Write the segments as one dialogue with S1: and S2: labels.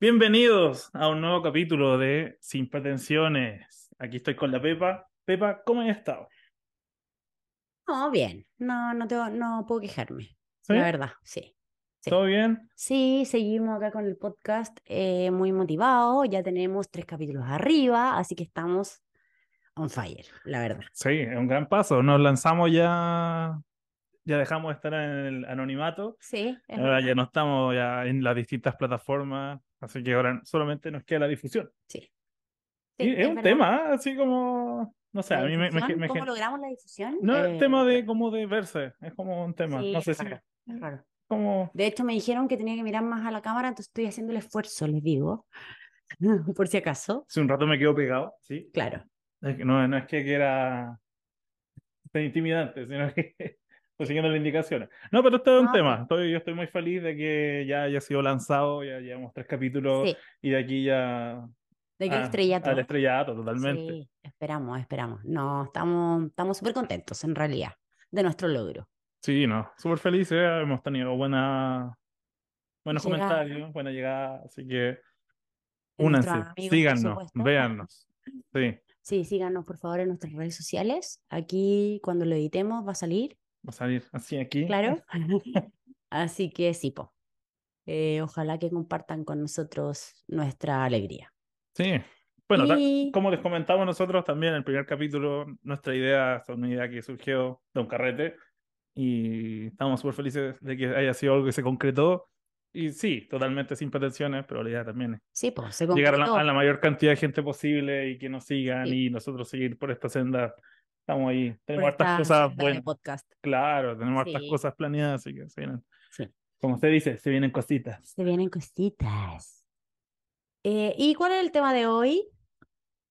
S1: Bienvenidos a un nuevo capítulo de Sin Pretensiones. Aquí estoy con la Pepa. Pepa, ¿cómo has estado?
S2: No, bien. No, no, tengo, no puedo quejarme.
S1: ¿Sí?
S2: La verdad, sí. sí.
S1: ¿Todo bien?
S2: Sí, seguimos acá con el podcast eh, muy motivado. Ya tenemos tres capítulos arriba, así que estamos on fire, la verdad.
S1: Sí, es un gran paso. Nos lanzamos ya, ya dejamos de estar en el anonimato.
S2: Sí, es
S1: Ahora
S2: verdad.
S1: ya no estamos ya en las distintas plataformas, así que ahora solamente nos queda la difusión.
S2: Sí,
S1: Y es, un
S2: verdad.
S1: tema, ¿eh? así como, no sé,
S2: La
S1: a mí me... me-
S2: difusión,
S1: me-
S2: ¿Cómo
S1: me-
S2: logramos la difusión?
S1: No
S2: Eh,
S1: es tema de como de verse, es como un tema.
S2: sí,
S1: no sé
S2: es
S1: si...
S2: raro, es raro.
S1: Como...
S2: De hecho, me dijeron que tenía que mirar más a la cámara, entonces estoy haciendo el esfuerzo, les digo, por si acaso.
S1: Hace un rato me quedo pegado, ¿sí?
S2: Claro.
S1: Es que No, no es que quiera ser intimidante, sino que estoy siguiendo las indicaciones. No, pero esto es un
S2: Ah,
S1: tema.
S2: sí.
S1: Estoy, yo estoy muy feliz de que ya haya sido lanzado, ya llevamos tres capítulos
S2: Sí,
S1: y de aquí ya...
S2: de que
S1: a-
S2: estrellato.
S1: Al estrellato, totalmente.
S2: Sí, esperamos, esperamos. No, estamos, estamos súper contentos en realidad de nuestro logro.
S1: Sí, no, súper felices, hemos tenido buena, buenos
S2: Llegada.
S1: comentarios, buena llegada, así que
S2: De nuestros
S1: únanse,
S2: amigos, por
S1: síganos,
S2: supuesto.
S1: véannos. Sí,
S2: Sí, síganos por favor en nuestras redes sociales. Aquí cuando lo editemos va a salir,
S1: va a salir así aquí.
S2: claro. Así que sí, po. Eh, ojalá que compartan con nosotros nuestra alegría.
S1: Sí. Bueno, ta-
S2: Y-
S1: como les comentamos nosotros también en el primer capítulo, nuestra idea es una idea que surgió de un carrete y estamos súper felices de que haya sido algo que se concretó. Y sí, totalmente sin pretensiones, pero la idea también es
S2: Sí, po, se
S1: llegar a la,
S2: concretó.
S1: a la mayor cantidad de gente posible y que nos sigan
S2: Sí.
S1: y nosotros seguir por esta senda. Estamos ahí,
S2: por
S1: tenemos hartas
S2: esta
S1: cosas
S2: senda de
S1: buenas,
S2: podcast.
S1: claro, tenemos hartas
S2: Sí.
S1: cosas planeadas, así que se vienen.
S2: Sí.
S1: Como usted dice, se vienen cositas.
S2: Se vienen cositas. Eh, ¿y cuál es el tema de hoy?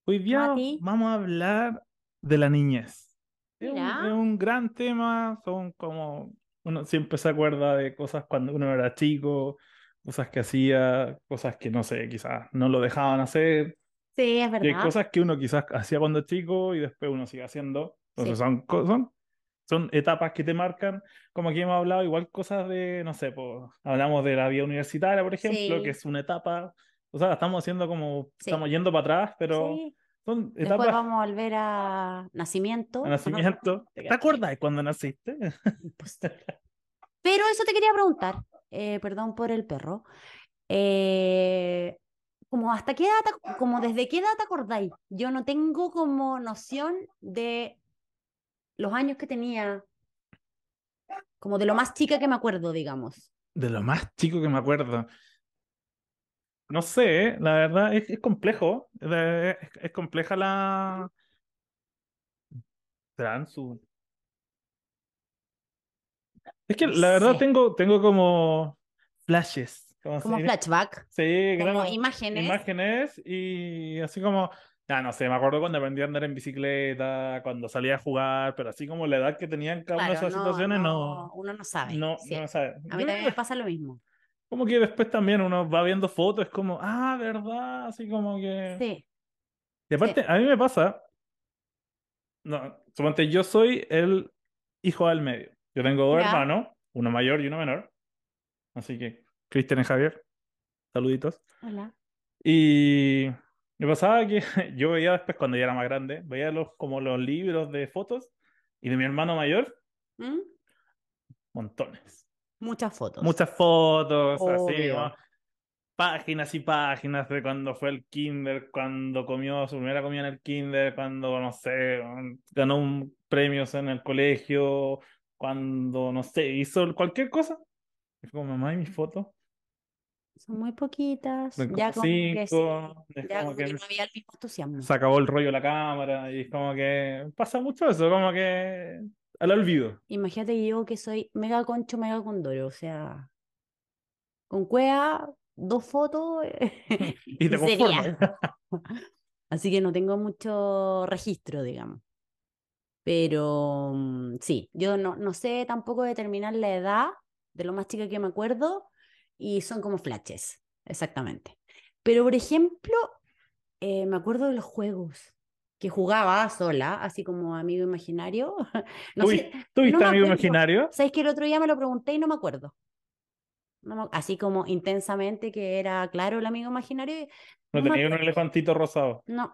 S1: Hoy día
S2: Mati.
S1: vamos a hablar de la niñez. Es un,
S2: Mira.
S1: es un gran tema, son como, uno siempre se acuerda de cosas cuando uno era chico, cosas que hacía, cosas que no sé, quizás no lo dejaban hacer,
S2: Sí, es
S1: y hay
S2: verdad.
S1: cosas que uno quizás hacía cuando chico y después uno sigue haciendo. Entonces
S2: Sí.
S1: son, co- son, son etapas que te marcan, como aquí hemos hablado, igual cosas de, no sé, pues, hablamos de la vida universitaria, por ejemplo,
S2: Sí.
S1: que es una etapa, o sea, estamos haciendo como,
S2: Sí.
S1: estamos yendo para atrás, pero...
S2: Sí.
S1: Son
S2: Después
S1: etapas
S2: vamos a volver a nacimiento.
S1: a nacimiento. ¿Te acuerdas de cuando naciste?
S2: Imposible. Pero eso te quería preguntar, eh, perdón por el perro. eh, como hasta qué edad, te ac- como desde qué edad te acordáis? Yo no tengo como noción de los años que tenía, como de lo más chica que me acuerdo, digamos.
S1: De lo más chico que me acuerdo. No sé, ¿eh? la verdad es, es complejo. Eh, Es, es compleja la. Serán su- Es que
S2: No
S1: la verdad
S2: sé.
S1: tengo, tengo como flashes. Como,
S2: Como
S1: así-
S2: flashback,
S1: Ah, Sí,
S2: como
S1: claro,
S2: imágenes.
S1: imágenes y así como. Ah, no sé, me acuerdo cuando aprendí a andar en bicicleta, cuando salía a jugar, pero así como la edad que tenían cada una de
S2: Claro,
S1: esas
S2: no,
S1: situaciones, no.
S2: no, uno no sabe.
S1: No,
S2: sí.
S1: no sabe.
S2: A mí
S1: Yo creo
S2: también me
S1: que-
S2: pasa lo mismo.
S1: Como que después también uno va viendo fotos, es como, ah, verdad, así como que.
S2: Sí,
S1: Y aparte, a mí me pasa. No, suponte, yo soy el hijo del medio. Yo tengo dos
S2: Ya.
S1: hermanos, uno mayor y uno menor. Así que, Cristian y Javier, saluditos.
S2: hola.
S1: Y me pasaba que yo veía después, cuando ya era más grande, veía los, como los libros de fotos y de mi hermano mayor,
S2: ¿Mm?
S1: montones.
S2: Muchas fotos.
S1: Muchas fotos, así,
S2: Obvio.
S1: como páginas y páginas de cuando fue el kinder, cuando comió su primera comida en el kinder, cuando, no sé, ganó un premios en el colegio, cuando, no sé, hizo cualquier cosa. Y fue como, mamá, ¿y mis fotos?
S2: Son muy poquitas.
S1: Son
S2: Ya
S1: como
S2: como que sí,
S1: cinco, es
S2: Ya
S1: como
S2: como que
S1: que
S2: no había el mismo entusiasmo.
S1: se acabó el rollo de la cámara, y es como que pasa mucho eso, como que al olvido.
S2: Imagínate yo que soy mega concho, mega condoro. O sea, con cuea, dos fotos.
S1: Y te
S2: Y sería.
S1: conformas.
S2: Así que no tengo mucho registro, digamos. Pero mm, sí, yo no, no sé tampoco determinar la edad de lo más chica que me acuerdo y son como flashes, exactamente. Pero por ejemplo, eh, me acuerdo de los juegos que jugaba sola, así como amigo imaginario. No
S1: ¿Tú,
S2: sé,
S1: ¿Tuviste
S2: no me
S1: amigo
S2: acuerdo.
S1: imaginario?
S2: ¿sabes que el otro día me lo pregunté y no me acuerdo? no me- así como intensamente que era, claro, el amigo imaginario.
S1: No
S2: me
S1: tenía un
S2: acuerdo.
S1: elefantito rosado.
S2: No,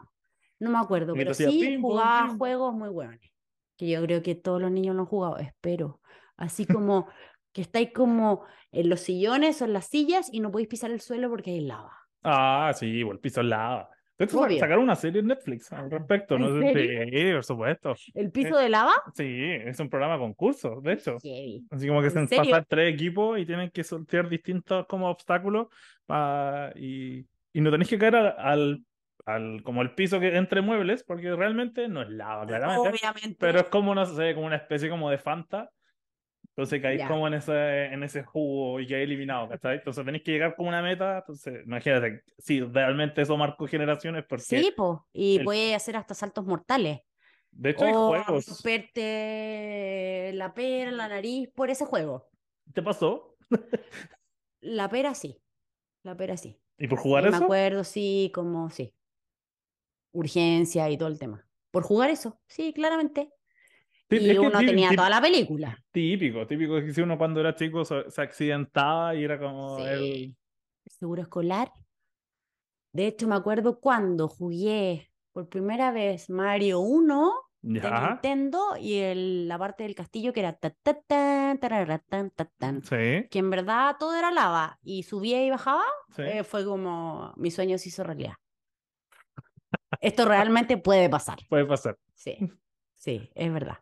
S2: no me acuerdo,
S1: Y te
S2: pero
S1: hacía
S2: sí
S1: pim, pum,
S2: jugaba
S1: pim.
S2: juegos muy buenos, que yo creo que todos los niños lo han jugado, espero. Así como que estáis como en los sillones o en las sillas y no podéis pisar el suelo porque hay lava.
S1: Ah, sí, o el piso en lava. De hecho,
S2: Obvio.
S1: sacaron una serie en Netflix al respecto.
S2: ¿En
S1: ¿no? Sí, por supuesto.
S2: ¿El piso de lava?
S1: Sí, es un programa concurso, de hecho.
S2: Heavy.
S1: Así como que se
S2: ¿En serio?
S1: pasan tres equipos y tienen que sortear distintos como obstáculos pa- y, y no tenéis que caer al, al, al- como el piso que entre muebles porque realmente no es lava, claramente,
S2: Obviamente.
S1: pero es como no sé, como una especie como de Fanta. Entonces caís
S2: Ya.
S1: como en ese, en ese jugo y quedáis eliminado, ¿cachai? Entonces tenéis que llegar como una meta, entonces imagínate, si realmente eso marcó generaciones porque
S2: Sí, po, y
S1: el-
S2: puede hacer hasta saltos mortales.
S1: de hecho hay
S2: o
S1: juegos.
S2: romperte la pera, la nariz, por ese juego.
S1: ¿Te pasó?
S2: La pera sí. La pera sí.
S1: ¿Y por
S2: Sí,
S1: jugar
S2: me
S1: eso?
S2: acuerdo, sí, como sí. Urgencia y todo el tema. Por jugar eso, sí, claramente.
S1: Sí,
S2: Y
S1: es que
S2: uno
S1: sí,
S2: tenía
S1: sí,
S2: toda la película.
S1: Típico, típico es que si uno cuando era chico se, se accidentaba y era como el...
S2: Sí. Seguro escolar. De hecho, me acuerdo cuando jugué por primera vez Mario 1 de
S1: Ya,
S2: Nintendo y el- la parte del castillo que era ta, ta, tan, tarara, tan, ta, tan,
S1: sí,
S2: que en verdad todo era lava y subía y bajaba,
S1: sí.
S2: eh, fue como mi sueño se hizo realidad. Esto realmente puede pasar.
S1: Puede pasar.
S2: Sí, sí, es verdad.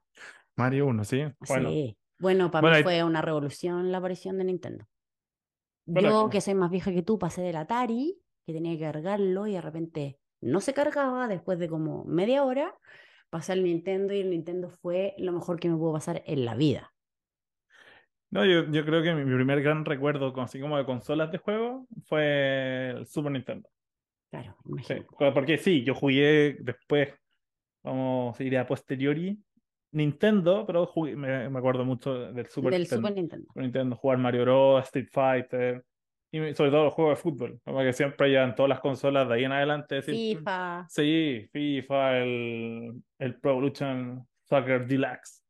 S1: Mario 1, sí. Bueno,
S2: Sí. Bueno, para
S1: Bueno,
S2: mí
S1: ahí-
S2: fue una revolución la aparición de Nintendo.
S1: Bueno,
S2: Yo,
S1: que-
S2: que soy más vieja que tú, pasé del Atari, que tenía que cargarlo y de repente no se cargaba después de como media hora, pasé al Nintendo y el Nintendo fue lo mejor que me pudo pasar en la vida.
S1: no, yo, yo creo que mi, mi primer gran recuerdo, con- así como de consolas de juego, fue el Super Nintendo.
S2: Claro,
S1: Sí,
S2: imagínate.
S1: cu- Porque sí, yo jugué después, vamos a ir a posteriori, Nintendo, pero jugué- me, me acuerdo mucho del Super
S2: Del
S1: Nintendo.
S2: Super Nintendo.
S1: Super Nintendo, jugar Mario Bros, Street Fighter, y me- sobre todo los juegos de fútbol, como que siempre ya en todas las consolas de ahí en adelante, es decir,
S2: FIFA.
S1: Sí, FIFA, el, el Pro Evolution Soccer Deluxe.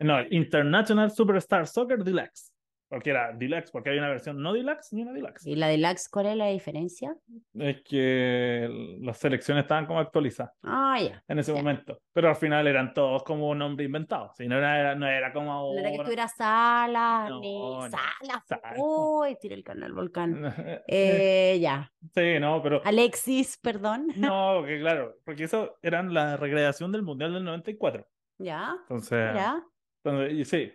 S1: No, el International Superstar Soccer Deluxe. Porque era Deluxe, porque hay una versión no Deluxe ni una Deluxe.
S2: ¿Y la Deluxe, cuál es la diferencia?
S1: Es que el- las selecciones estaban como actualizadas
S2: Ah, ya.
S1: en ese
S2: Ya.
S1: momento. Pero al final eran todos como un nombre inventado. Si no era, era- no era como
S2: No era que
S1: ahora.
S2: estuviera Sala, ni
S1: No, Mm, no.
S2: Sala.
S1: Sal.
S2: Uy, tiré el canal volcán. Eh, ya.
S1: Sí, no, pero.
S2: Alexis, perdón.
S1: No, que claro, porque eso eran la recreación del Mundial del 94.
S2: Ya,
S1: Entonces,
S2: ya.
S1: entonces y sí,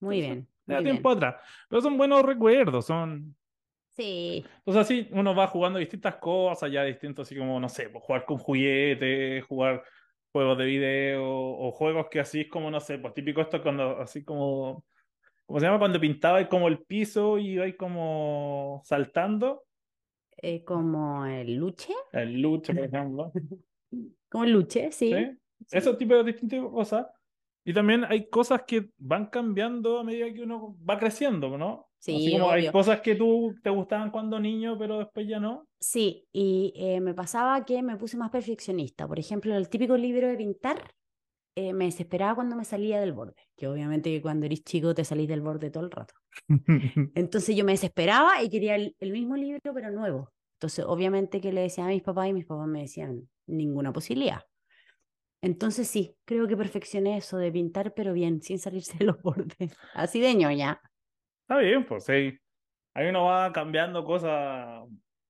S2: Muy
S1: Entonces,
S2: bien.
S1: Era
S2: muy bien.
S1: tiempo atrás. Pero son buenos recuerdos, son...
S2: Sí,
S1: O sea, sí, uno va jugando distintas cosas, ya distintos, así como, no sé, pues, jugar con juguetes, jugar juegos de video, o juegos que así es como, no sé, pues típico esto cuando, así como, ¿cómo se llama? Cuando pintaba ahí como el piso y iba ahí como saltando.
S2: eh, como el luche.
S1: El lucha, por ejemplo.
S2: Como el luche, sí.
S1: ¿sí? Esos tipos de distintas cosas. Y también hay cosas que van cambiando a medida que uno va creciendo, ¿no?
S2: Sí,
S1: Así como hay
S2: obvio.
S1: cosas que tú te gustaban cuando niño, pero después ya no.
S2: Sí, y eh, me pasaba que me puse más perfeccionista. Por ejemplo, el típico libro de pintar eh, me desesperaba cuando me salía del borde. Que obviamente que cuando eres chico te salís del borde todo el rato. Entonces yo me desesperaba y quería el, el mismo libro, pero nuevo. Entonces, obviamente que le decía a mis papás y mis papás me decían, ninguna posibilidad. Entonces sí, creo que perfeccioné eso de pintar, pero bien, sin salirse de los bordes. Así de ñoña.
S1: Está bien, pues sí. Ahí uno va cambiando cosas,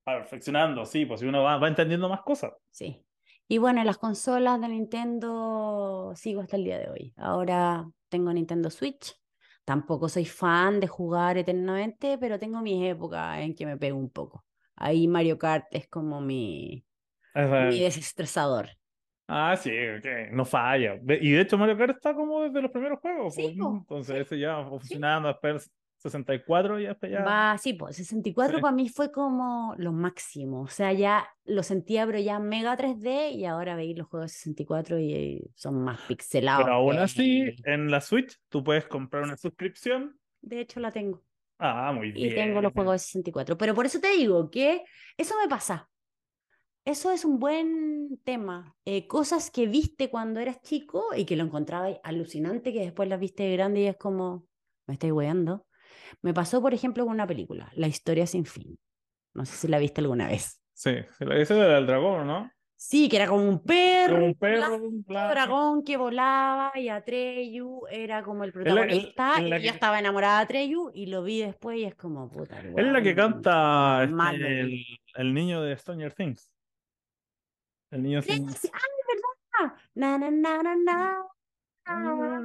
S1: perfeccionando, sí, pues si uno va, va entendiendo más cosas.
S2: Sí. Y bueno, las consolas de Nintendo sigo hasta el día de hoy. Ahora tengo Nintendo Switch. Tampoco soy fan de jugar eternamente, pero tengo mis épocas en que me pego un poco. Ahí Mario Kart es como mi,
S1: Es,
S2: mi
S1: eh,
S2: desestresador.
S1: Ah, sí, que no falla. De- Y de hecho Mario Kart está como desde los primeros juegos,
S2: Sí,
S1: pues, ¿no?
S2: po,
S1: Entonces ese ya va funcionando, después 64 y hasta ya...
S2: Va, sí, pues 64
S1: Sí.
S2: para mí fue como lo máximo. O sea, ya lo sentía, pero ya mega 3D y ahora veis los juegos de 64 y eh, son más pixelados.
S1: Pero aún
S2: que-
S1: así, en la Switch tú puedes comprar una suscripción.
S2: De hecho, la tengo.
S1: Ah, muy
S2: Y
S1: bien.
S2: tengo los juegos de 64. Pero por eso te digo que eso me pasa. Eso es un buen tema. Eh, cosas que viste cuando eras chico y que lo encontrabas alucinante, que después las viste de grande y es como, me estáis weando. Me pasó, por ejemplo, con una película, La historia sin fin. No sé si la viste alguna vez.
S1: Sí, se la dice del dragón, ¿no?
S2: Sí, que era como un perro,
S1: Como un
S2: bla-
S1: perro, un
S2: un
S1: bla-
S2: dragón que volaba y Atreyu era como
S1: la-
S2: el
S1: es-
S2: protagonista
S1: es la
S2: y yo
S1: que-
S2: estaba enamorada de Atreyu y lo vi después y es como puta. el
S1: Es la que
S2: weón.
S1: canta este,
S2: Malo.
S1: el, el niño de Stranger Things. El niño
S2: Sí,
S1: sin...
S2: sí, ¡Ay, verdad! Na, na, na, na, na.
S1: Ah.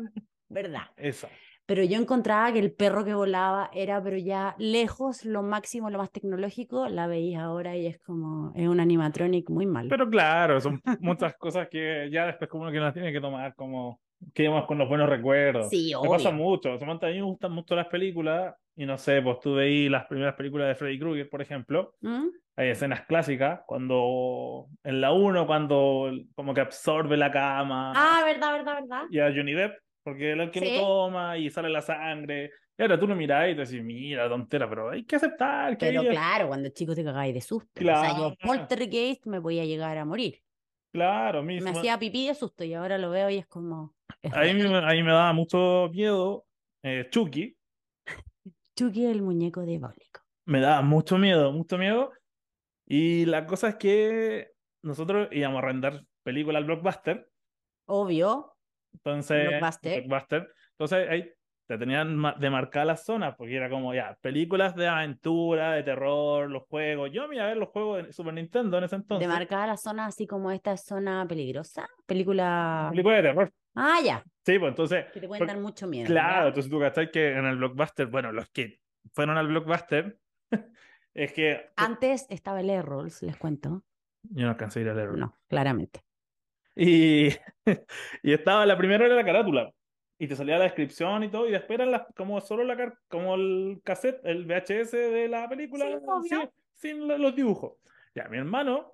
S2: ¿Verdad?
S1: Esa.
S2: Pero yo encontraba que el perro que volaba era, pero ya lejos, lo máximo, lo más tecnológico, la veis ahora y es como, es un animatronic muy malo.
S1: Pero claro, son muchas cosas que ya después como que las tiene que tomar como que vamos con los buenos recuerdos.
S2: sí,
S1: Me pasa
S2: obvio. ¿Mm?
S1: mucho. Samantha, a mí me gustan mucho las películas y no sé, pues tú veí las primeras películas de Freddy Krueger, por ejemplo.
S2: ¿Mm?
S1: Hay escenas clásicas cuando en la 1 cuando como que absorbe la cama
S2: Ah, verdad, verdad, verdad.
S1: y a Johnny Depp, porque él es el que
S2: Sí.
S1: lo toma y sale la sangre. Y ahora tú lo mirás y te decís, mira, tontera, pero hay que aceptar que
S2: Pero
S1: ella-
S2: claro, cuando chicos te cagáis de susto. O sea, yo en
S1: Claro.
S2: Poltergeist me voy a llegar a morir.
S1: claro, mi
S2: Me
S1: Samantha-
S2: hacía pipí de susto y ahora lo veo y es como. es
S1: A mí,
S2: real.
S1: me- a mí me daba mucho miedo eh, Chucky,
S2: Chucky el muñeco diabólico.
S1: me daba mucho miedo, mucho miedo. Y la cosa es que nosotros íbamos a rentar película al Blockbuster,
S2: Obvio.
S1: entonces
S2: Blockbuster.
S1: Blockbuster, entonces ahí te tenían ma- de marcar las zonas porque era como ya películas de aventura, de terror, los juegos. Yo me iba a ver los juegos de Super Nintendo en ese
S2: De
S1: entonces.
S2: marcada la zona así como esta es zona peligrosa. Película.
S1: Películas de terror.
S2: Ah, ya.
S1: Sí, pues entonces
S2: Que te pueden dar mucho miedo. ya.
S1: Claro, entonces tú cachai que en el blockbuster, bueno, los que fueron al blockbuster, es que
S2: Antes estaba el Errols, les cuento.
S1: yo no alcancé a ir al error.
S2: No, claramente.
S1: Y, y estaba la primera era la carátula. Y te salía la descripción y todo, y después eran las, como solo la car- como el cassette, el VHS de la película,
S2: Sí, pues, obvio.
S1: sin, sin lo- los dibujos. Ya, mi hermano,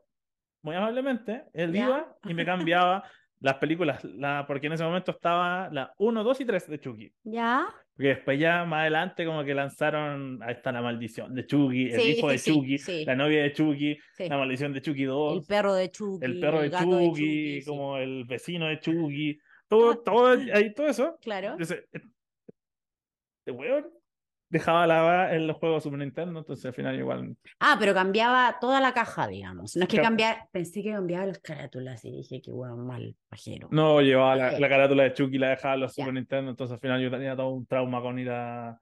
S1: muy amablemente, él
S2: Ya.
S1: iba y me cambiaba las películas, la, porque en ese momento estaba la 1, 2 y 3 de Chucky.
S2: ¿Ya?
S1: Porque después ya más adelante como que lanzaron, ahí está la maldición de Chucky, el
S2: Sí,
S1: hijo
S2: sí,
S1: de
S2: sí,
S1: Chucky,
S2: sí.
S1: la novia de Chucky,
S2: Sí.
S1: la maldición de Chucky 2,
S2: El perro de Chucky.
S1: el perro de
S2: gato
S1: Chucky,
S2: Chucky, sí.
S1: como el vecino de Chucky, todo, todo, ahí, todo eso.
S2: Claro.
S1: Entonces, este weón dejaba la en los juegos Super Nintendo, entonces al final igual...
S2: Ah, pero cambiaba toda la caja, digamos. No es que
S1: Cam-
S2: cambiar, pensé que cambiaba las carátulas y dije que bueno, mal, pajero.
S1: No, llevaba la,
S2: Ok.
S1: la carátula de Chucky, la dejaba en los
S2: Ya.
S1: Super Nintendo, entonces al final yo tenía todo un trauma con ir a...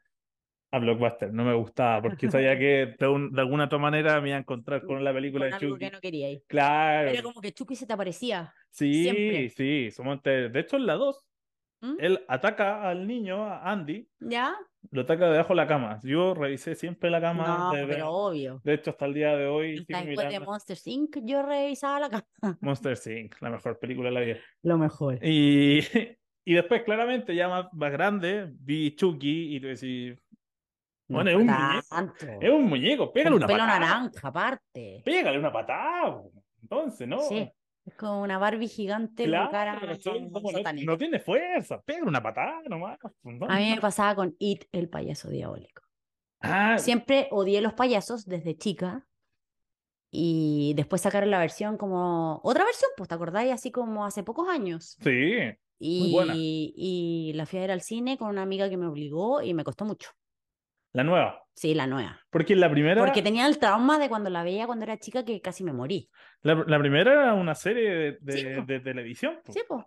S1: A Blockbuster, no me gustaba, porque sabía que de, un- de alguna otra manera me iba a encontrar con la película
S2: Con
S1: de
S2: algo
S1: Chucky.
S2: que no quería ir.
S1: Claro.
S2: Era como que Chucky se te aparecía.
S1: Sí,
S2: siempre.
S1: sí, somos te- De hecho, en la 2,
S2: ¿Mm?
S1: él ataca al niño, a Andy,
S2: ¿Ya?
S1: lo ataca debajo de la cama. Yo revisé siempre la cama.
S2: No,
S1: de,
S2: pero obvio.
S1: de hecho, hasta el día de hoy
S2: Hasta
S1: sigo
S2: después de
S1: mirando
S2: Monster Inc. yo revisaba la caja.
S1: Monster Inc., la mejor película de la vida.
S2: Lo mejor.
S1: Y, y después, claramente, ya más, más grande, vi Chucky y tú decís,
S2: Mm.
S1: Bueno, es un muñeco. es un muñeco, pégale una
S2: pelo
S1: patada.
S2: naranja, aparte.
S1: Pégale una patada. po". Entonces, ¿no?
S2: Sí. Es como una Barbie gigante
S1: Claro,
S2: con cara
S1: ¿cachai? Como no,
S2: satánica.
S1: no tiene fuerza, pégale una patada nomás. ¿no?
S2: A mí me pasaba con It, el payaso diabólico.
S1: Ah,
S2: Siempre odié los payasos desde chica. Y después sacaron la versión como. Otra versión, pues, ¿te acordáis? Así como hace pocos años.
S1: sí.
S2: Y,
S1: buena.
S2: y la fui a ver al cine con una amiga que me obligó y me costó mucho.
S1: La nueva.
S2: Sí, la nueva.
S1: Porque la primera,
S2: Porque tenía el trauma de cuando la veía cuando era chica que casi me morí.
S1: la, la primera era una serie de, de-
S2: Sí, po.
S1: de televisión po,
S2: Sí, pues.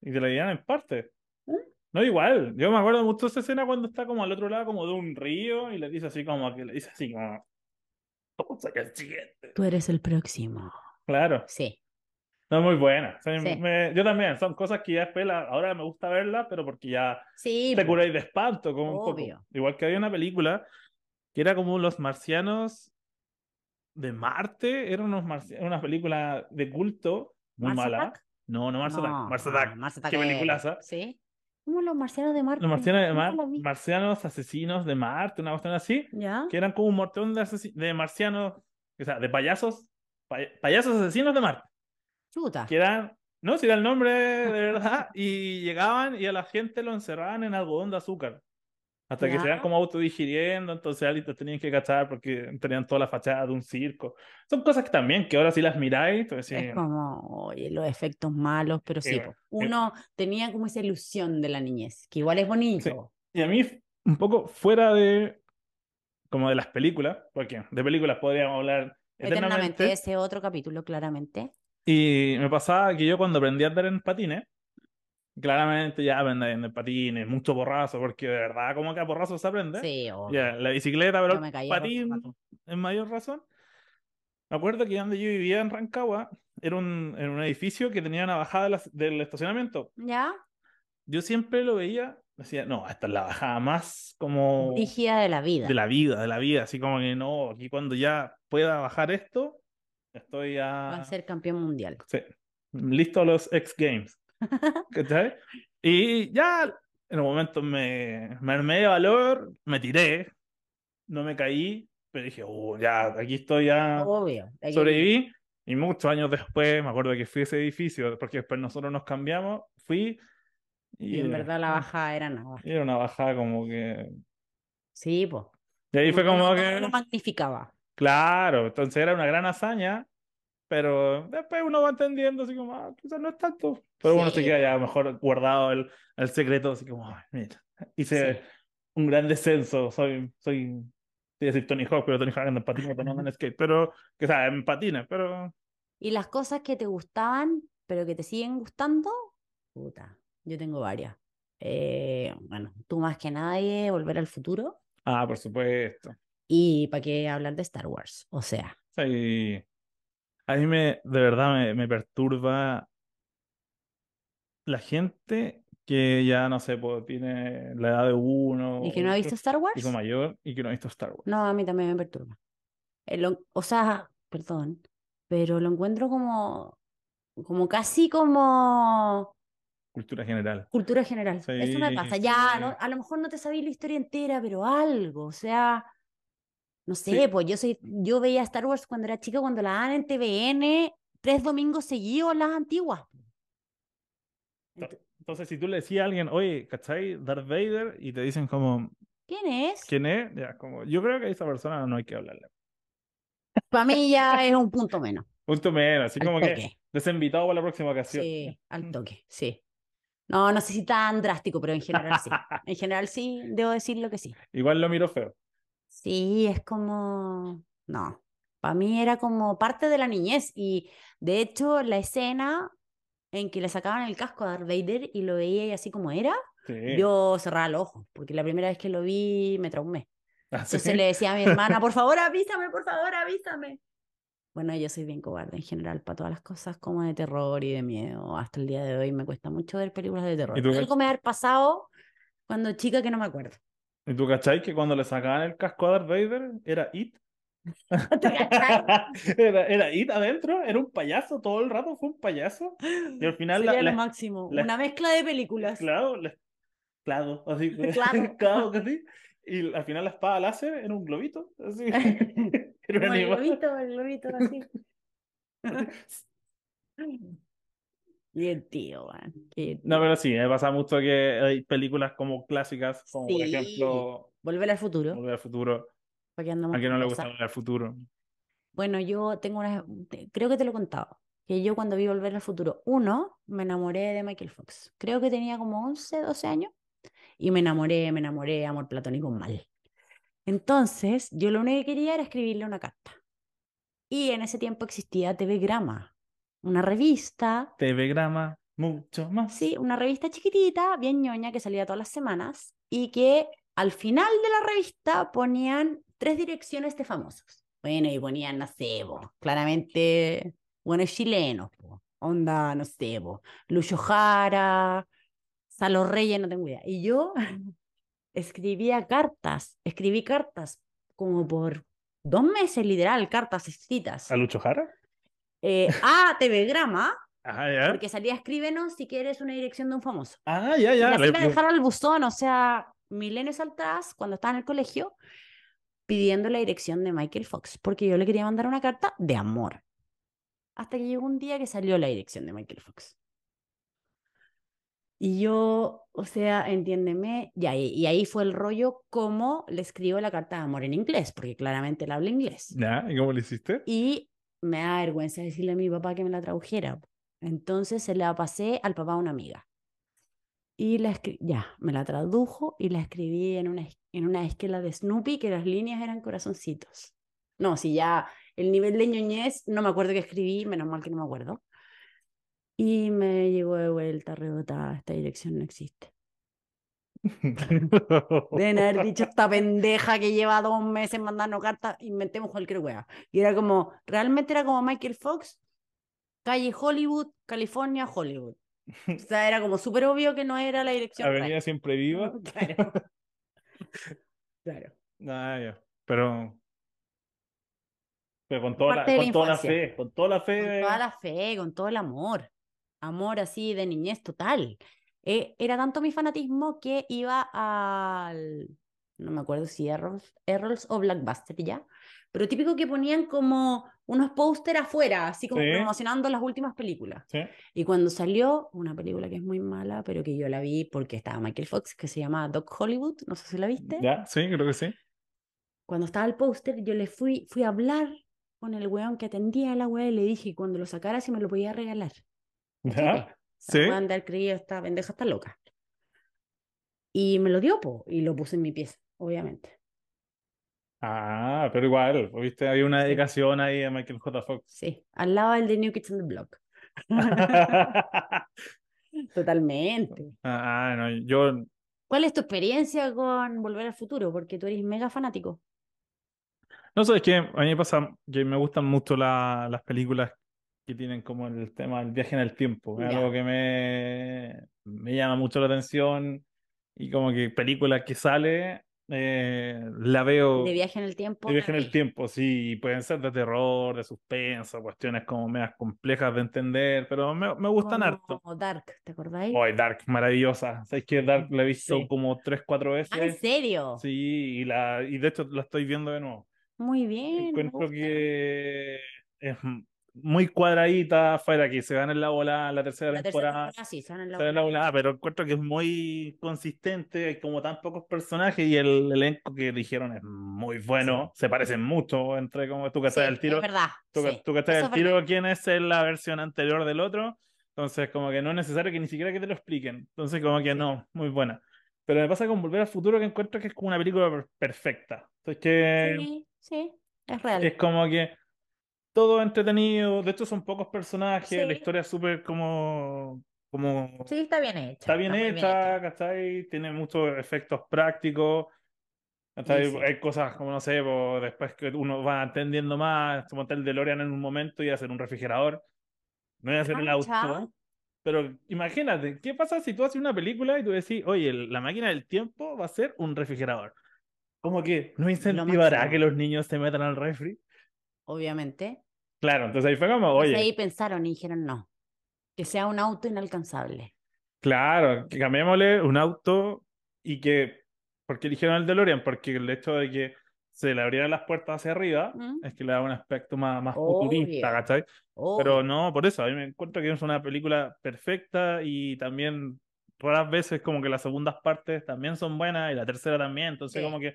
S1: y te la dieron en parte.
S2: ¿Mm?
S1: No, igual. Yo me acuerdo mucho de esa escena cuando está como al otro lado, como de un río, y le dice así como que le dice así como. "Vamos allá al siguiente".
S2: Tú eres el próximo.
S1: Claro.
S2: Sí.
S1: No, muy buena. Sí,
S2: Sí.
S1: me- yo también. Son cosas que ya después la- ahora me gusta verlas, pero porque ya
S2: Sí. pues.
S1: te
S2: po.
S1: curáis de espanto. Como un poco.
S2: Obvio.
S1: Igual que había una película que era como Los Marcianos de Marte. Era unos marci- una película de culto muy
S2: ¿Mars
S1: mala.
S2: Attack?
S1: No, no Mars Attack.
S2: No,
S1: Mars
S2: no,
S1: Attack.
S2: Ah, Mars
S1: Qué
S2: es-
S1: peliculaza.
S2: Sí. Como los marcianos de Marte.
S1: Los marcianos de
S2: Nunca
S1: Mar-
S2: los vi.
S1: marcianos asesinos de Marte, una cuestión así,
S2: ¿Ya?
S1: que eran como un montón de, asesi- de marcianos, o sea, de payasos, pay- payasos asesinos de Marte,
S2: Chuta.
S1: que eran, no, si era el nombre de verdad, y llegaban y a la gente lo encerraban en algodón de azúcar. Hasta que
S2: Ya.
S1: se iban como autodigiriendo, entonces alguien te tenían que cachar porque tenían toda la fachada de un circo. Son cosas que también, que ahora si las miráis, pues sí, Eh,
S2: Es como, oye, los efectos malos, pero sí,
S1: bueno,
S2: po. uno tenía como esa ilusión de la niñez, que igual es bonito.
S1: Y a mí un poco fuera de como de las películas, porque de películas podríamos hablar eternamente.
S2: Eternamente, ese otro capítulo, claramente.
S1: Y me pasaba que yo cuando aprendí a andar en patines, claramente ya aprendí a andar en patines, mucho porrazo, porque de verdad como que a porrazo se aprende.
S2: Sí, obvio.
S1: Ya, la bicicleta, pero
S2: Yo me
S1: el
S2: caí a
S1: patín,
S2: rato.
S1: en mayor razón. Me acuerdo que donde yo vivía en Rancagua, era un, en un edificio que tenía una bajada de las- del estacionamiento.
S2: ¿Ya?
S1: Yo siempre lo veía, decía, no, esta es la bajada más como
S2: Brígida de la vida.
S1: de la vida, de la vida, así como que no, aquí cuando ya pueda bajar esto, estoy
S2: Va
S1: ya
S2: a ser campeón mundial.
S1: sí, listo a los X Games. ¿Cachai? Y ya en un momento me, me armé de valor, me tiré, no me caí, pero dije, "Oh, ya, aquí estoy ya
S2: Obvio. hay que-
S1: Ah. sobreviví y muchos años después, me acuerdo que fui a ese edificio, porque después nosotros nos cambiamos, fui
S2: Y en
S1: era-
S2: verdad la bajada era nada.
S1: Era una bajada como que...
S2: Sí, pues.
S1: Y ahí fue como
S2: Lo
S1: que...
S2: magnificaba.
S1: Claro, entonces era una gran hazaña, pero después uno va entendiendo así como, ah, quizás no es tanto. Pero uno se
S2: Sí.
S1: queda ya mejor guardado el, el secreto, así como, "Ay, mira, hice
S2: Sí.
S1: un gran descenso, soy, soy, te iba a decir Tony Hawk, pero Tony Hawk anda en patines, pero no anda en skate, pero, que sea, en patines, pero...
S2: Y las cosas que te gustaban, pero que te siguen gustando, puta, yo tengo varias. Eh, bueno, tú más que nadie, Volver al Futuro.
S1: Ah, por supuesto.
S2: Y para qué hablar de Star Wars. O sea,
S1: Sí. A mí me, de verdad me, me perturba la gente que ya, no sé, pues, tiene la edad de uno.
S2: ¿y que no ha visto Star Wars?
S1: Hijo mayor y que no ha visto Star Wars.
S2: No, a mí también me perturba. Eh, lo- o sea, perdón, pero lo encuentro como, como casi como
S1: Cultura general.
S2: cultura general. Eso me pasa.
S1: Sí,
S2: Ya,
S1: sí.
S2: no- a lo mejor no te sabía la historia entera, pero algo, o sea, no sé,
S1: Sí.
S2: pues yo soy, yo veía Star Wars cuando era chica, cuando la daban en TVN, tres domingos seguidos las antiguas.
S1: Entonces, si tú le decías a alguien, oye, ¿cachai? Darth Vader, y te dicen como,
S2: ¿Quién es?
S1: ¿quién es? Ya, como, yo creo que a esa persona no hay que hablarle.
S2: Para mí ya es un punto menos.
S1: Punto menos, así
S2: al
S1: como que
S2: toque.
S1: desinvitado para la próxima ocasión.
S2: Sí,
S1: Mm.
S2: al toque, sí. No, no sé si tan drástico, pero en general sí. En general sí, debo decirlo que sí.
S1: Igual lo miro feo.
S2: Sí, es como, no, para mí era como parte de la niñez y de hecho la escena en que le sacaban el casco a Darth Vader y lo veía y así como era,
S1: Sí.
S2: yo cerraba los ojos, porque la primera vez que lo vi me traumé.
S1: Así.
S2: Entonces le decía a mi hermana, por favor, avísame, por favor, avísame. Bueno, yo soy bien cobarde en general para todas las cosas como de terror y de miedo. Hasta el día de hoy me cuesta mucho ver películas de terror.
S1: ¿Y tú,
S2: Algo me ha pasado cuando chica que no me acuerdo.
S1: ¿Y tú cachai que cuando le sacaban el casco a Darth Vader era It?
S2: ¿Te cachai?
S1: Era, era It adentro, era un payaso, todo el rato fue un payaso. Y al final la,
S2: Sería lo
S1: la-
S2: máximo.
S1: la-
S2: Una mezcla de películas.
S1: claro, la- claro, así,
S2: Claro.
S1: claro que sí. Y al final la espada láser era un globito, así. Era un
S2: Como el
S1: animal.
S2: globito, el globito así. Bien, tío, weón, qué
S1: No,
S2: tío.
S1: pero sí, me pasa mucho que hay películas como clásicas, como por
S2: Sí.
S1: ejemplo
S2: Volver al futuro.
S1: Volver al futuro,
S2: para que andamos
S1: a quien no
S2: con
S1: le
S2: cosas.
S1: gusta Volver al futuro.
S2: Bueno, yo tengo una. te- Creo que te lo he contado. Que yo cuando vi Volver al Futuro 1, me enamoré de Michael Fox. Creo que tenía como 11, 12 años. Y me enamoré, me enamoré, amor platónico mal. Entonces, yo lo único que quería era escribirle una carta. Y en ese tiempo existía TV Grama, una revista
S1: TV Grama, mucho más.
S2: Sí, una revista chiquitita, bien ñoña, que salía todas las semanas y que al final de la revista ponían tres direcciones de famosos. Bueno, y ponían, no sé, bo, claramente, bueno, chilenos, po, onda, no sé, bo, Lucho Jara, Salo Reyes, no tengo idea. Y yo escribía cartas, escribí cartas como por dos meses, literal, cartas escritas
S1: ¿A Lucho Jara?
S2: eh, a TV Grama,
S1: Ah, ya.
S2: porque salía, escríbenos si quieres una dirección de un famoso.
S1: Ah, ya,
S2: Y
S1: ya.
S2: así
S1: le-
S2: me dejaron al buzón, o sea, milenios atrás, cuando estaba en el colegio, pidiendo la dirección de Michael Fox, porque yo le quería mandar una carta de amor. Hasta que llegó un día que salió la dirección de Michael Fox. Y yo, o sea, entiéndeme, y ahí, y ahí fue el rollo cómo le escribo la carta de amor en inglés, porque claramente él habla inglés.
S1: Ya, ¿y cómo lo hiciste?
S2: Y me da vergüenza decirle a mi papá que me la tradujera. Entonces se la pasé al papá de una amiga. Y la escri- ya, me la tradujo y la escribí en una, es- en una esquela de Snoopy que las líneas eran corazoncitos. No, si ya el nivel de ñoñez, no me acuerdo que escribí, menos mal que no me acuerdo. Y me llegó de vuelta, rebotada, esta dirección no existe. Deben haber dicho esta pendeja que lleva dos meses mandando cartas, inventemos cualquier wea. Y era como, realmente era como Michael Fox, calle Hollywood, California, Hollywood. O sea, era como súper obvio que no era la dirección.
S1: Avenida Siempre Viva.
S2: correcta. Claro. claro.
S1: Ah, ya. Pero. Pero con toda, la,
S2: Parte de la
S1: con toda la
S2: infancia.
S1: fe, con toda la fe.
S2: Con
S1: de-
S2: toda la fe, con todo el amor. Amor así de niñez total. Eh, era tanto mi fanatismo que iba al. No me acuerdo si Errols, Errols o Blackbuster ya. Pero típico que ponían como unos póster afuera, así como
S1: Sí.
S2: promocionando las últimas películas.
S1: Sí.
S2: Y cuando salió una película que es muy mala, pero que yo la vi porque estaba Michael Fox, que se llama Doc Hollywood, no sé si la viste.
S1: Ya, sí, creo que sí.
S2: cuando estaba el póster, yo le fui, fui a hablar con el weón que atendía a la weá y le dije cuando lo sacara si me lo podía regalar. pues,
S1: Ya.
S2: Se
S1: Sí.
S2: puede andar creído, esta pendeja está loca. Y me lo dio, po, y lo puse en mi pieza, obviamente.
S1: Ah, pero igual, viste, hay una dedicación ahí a Michael J. Fox.
S2: Sí, al lado del de New Kids on the Block.
S1: ah,
S2: Totalmente.
S1: ah, no, yo
S2: ¿Cuál es tu experiencia con Volver al Futuro? Porque tú eres mega fanático.
S1: No sé, es que a mí me pasa que me gustan mucho la- las películas que tienen como el tema del viaje en el tiempo. Es
S2: Ya.
S1: algo que me, me llama mucho la atención y como que películas que sale, eh, la veo
S2: De viaje en el tiempo.
S1: de viaje en el
S2: terrible.
S1: tiempo, sí, y pueden ser de terror, de suspenso, cuestiones como medias complejas de entender, pero me, me
S2: Oh,
S1: gustan harto. Oh,
S2: Como Dark, ¿te acordáis?
S1: Hoy Dark, maravillosa. Sabes que Dark la he visto
S2: Sí.
S1: como tres, cuatro
S2: Ah, ¿en
S1: veces.
S2: serio?
S1: Sí, y la, y de hecho la estoy viendo de nuevo.
S2: Muy bien. me
S1: Encuentro
S2: gusta.
S1: que es muy cuadradita, fuera que se van en la bola la tercera
S2: La tercera
S1: temporada,
S2: temporada, sí, se van en la
S1: se van en la bola, ah, pero encuentro que es muy consistente, hay como tan pocos personajes y el elenco que eligieron es muy bueno, se parecen mucho entre como tú que
S2: Sí,
S1: estás el tiro,
S2: Es verdad.
S1: tú, que-
S2: sí,
S1: tú que estás
S2: eso
S1: el
S2: es verdad.
S1: tiro quién es en la versión anterior del otro, entonces como que no es necesario que ni siquiera que te lo expliquen, entonces como que no, muy buena. Pero me pasa con Volver al Futuro que encuentro que es como una película per- perfecta. Entonces que
S2: Sí, sí, es real.
S1: es como que todo entretenido. De hecho, son pocos personajes. La
S2: Sí.
S1: historia es súper como. como
S2: Sí, está bien hecha.
S1: está bien
S2: muy
S1: hecha, ¿cachai? Tiene muchos efectos prácticos. ¿cachai?
S2: Sí, sí.
S1: Hay cosas como, no sé, po, después que uno va entendiendo más, como tal DeLorean en un momento y hacer un refrigerador. No voy a hacer un
S2: Cacha.
S1: auto. Pero imagínate, ¿qué pasa si tú haces una película y tú decís, oye, el- la máquina del tiempo va a ser un refrigerador? Como que no incentivará
S2: máximo.
S1: que los niños se metan al refri.
S2: Obviamente.
S1: Claro, entonces ahí fue como,
S2: Entonces
S1: oye,
S2: ahí pensaron y dijeron no. Que sea un auto inalcanzable.
S1: claro, que cambiémosle un auto y que, ¿por qué eligieron el DeLorean? Porque el hecho de que se le abrieran las puertas hacia arriba
S2: ¿Mm? Oh,
S1: es que le da un aspecto más, más
S2: Obvio.
S1: futurista, ¿cachai? Pero
S2: Obvio.
S1: no, por eso, a mí me encuentro que es una película perfecta y también raras veces como que las segundas partes también son buenas y la tercera también, entonces
S2: Sí.
S1: como que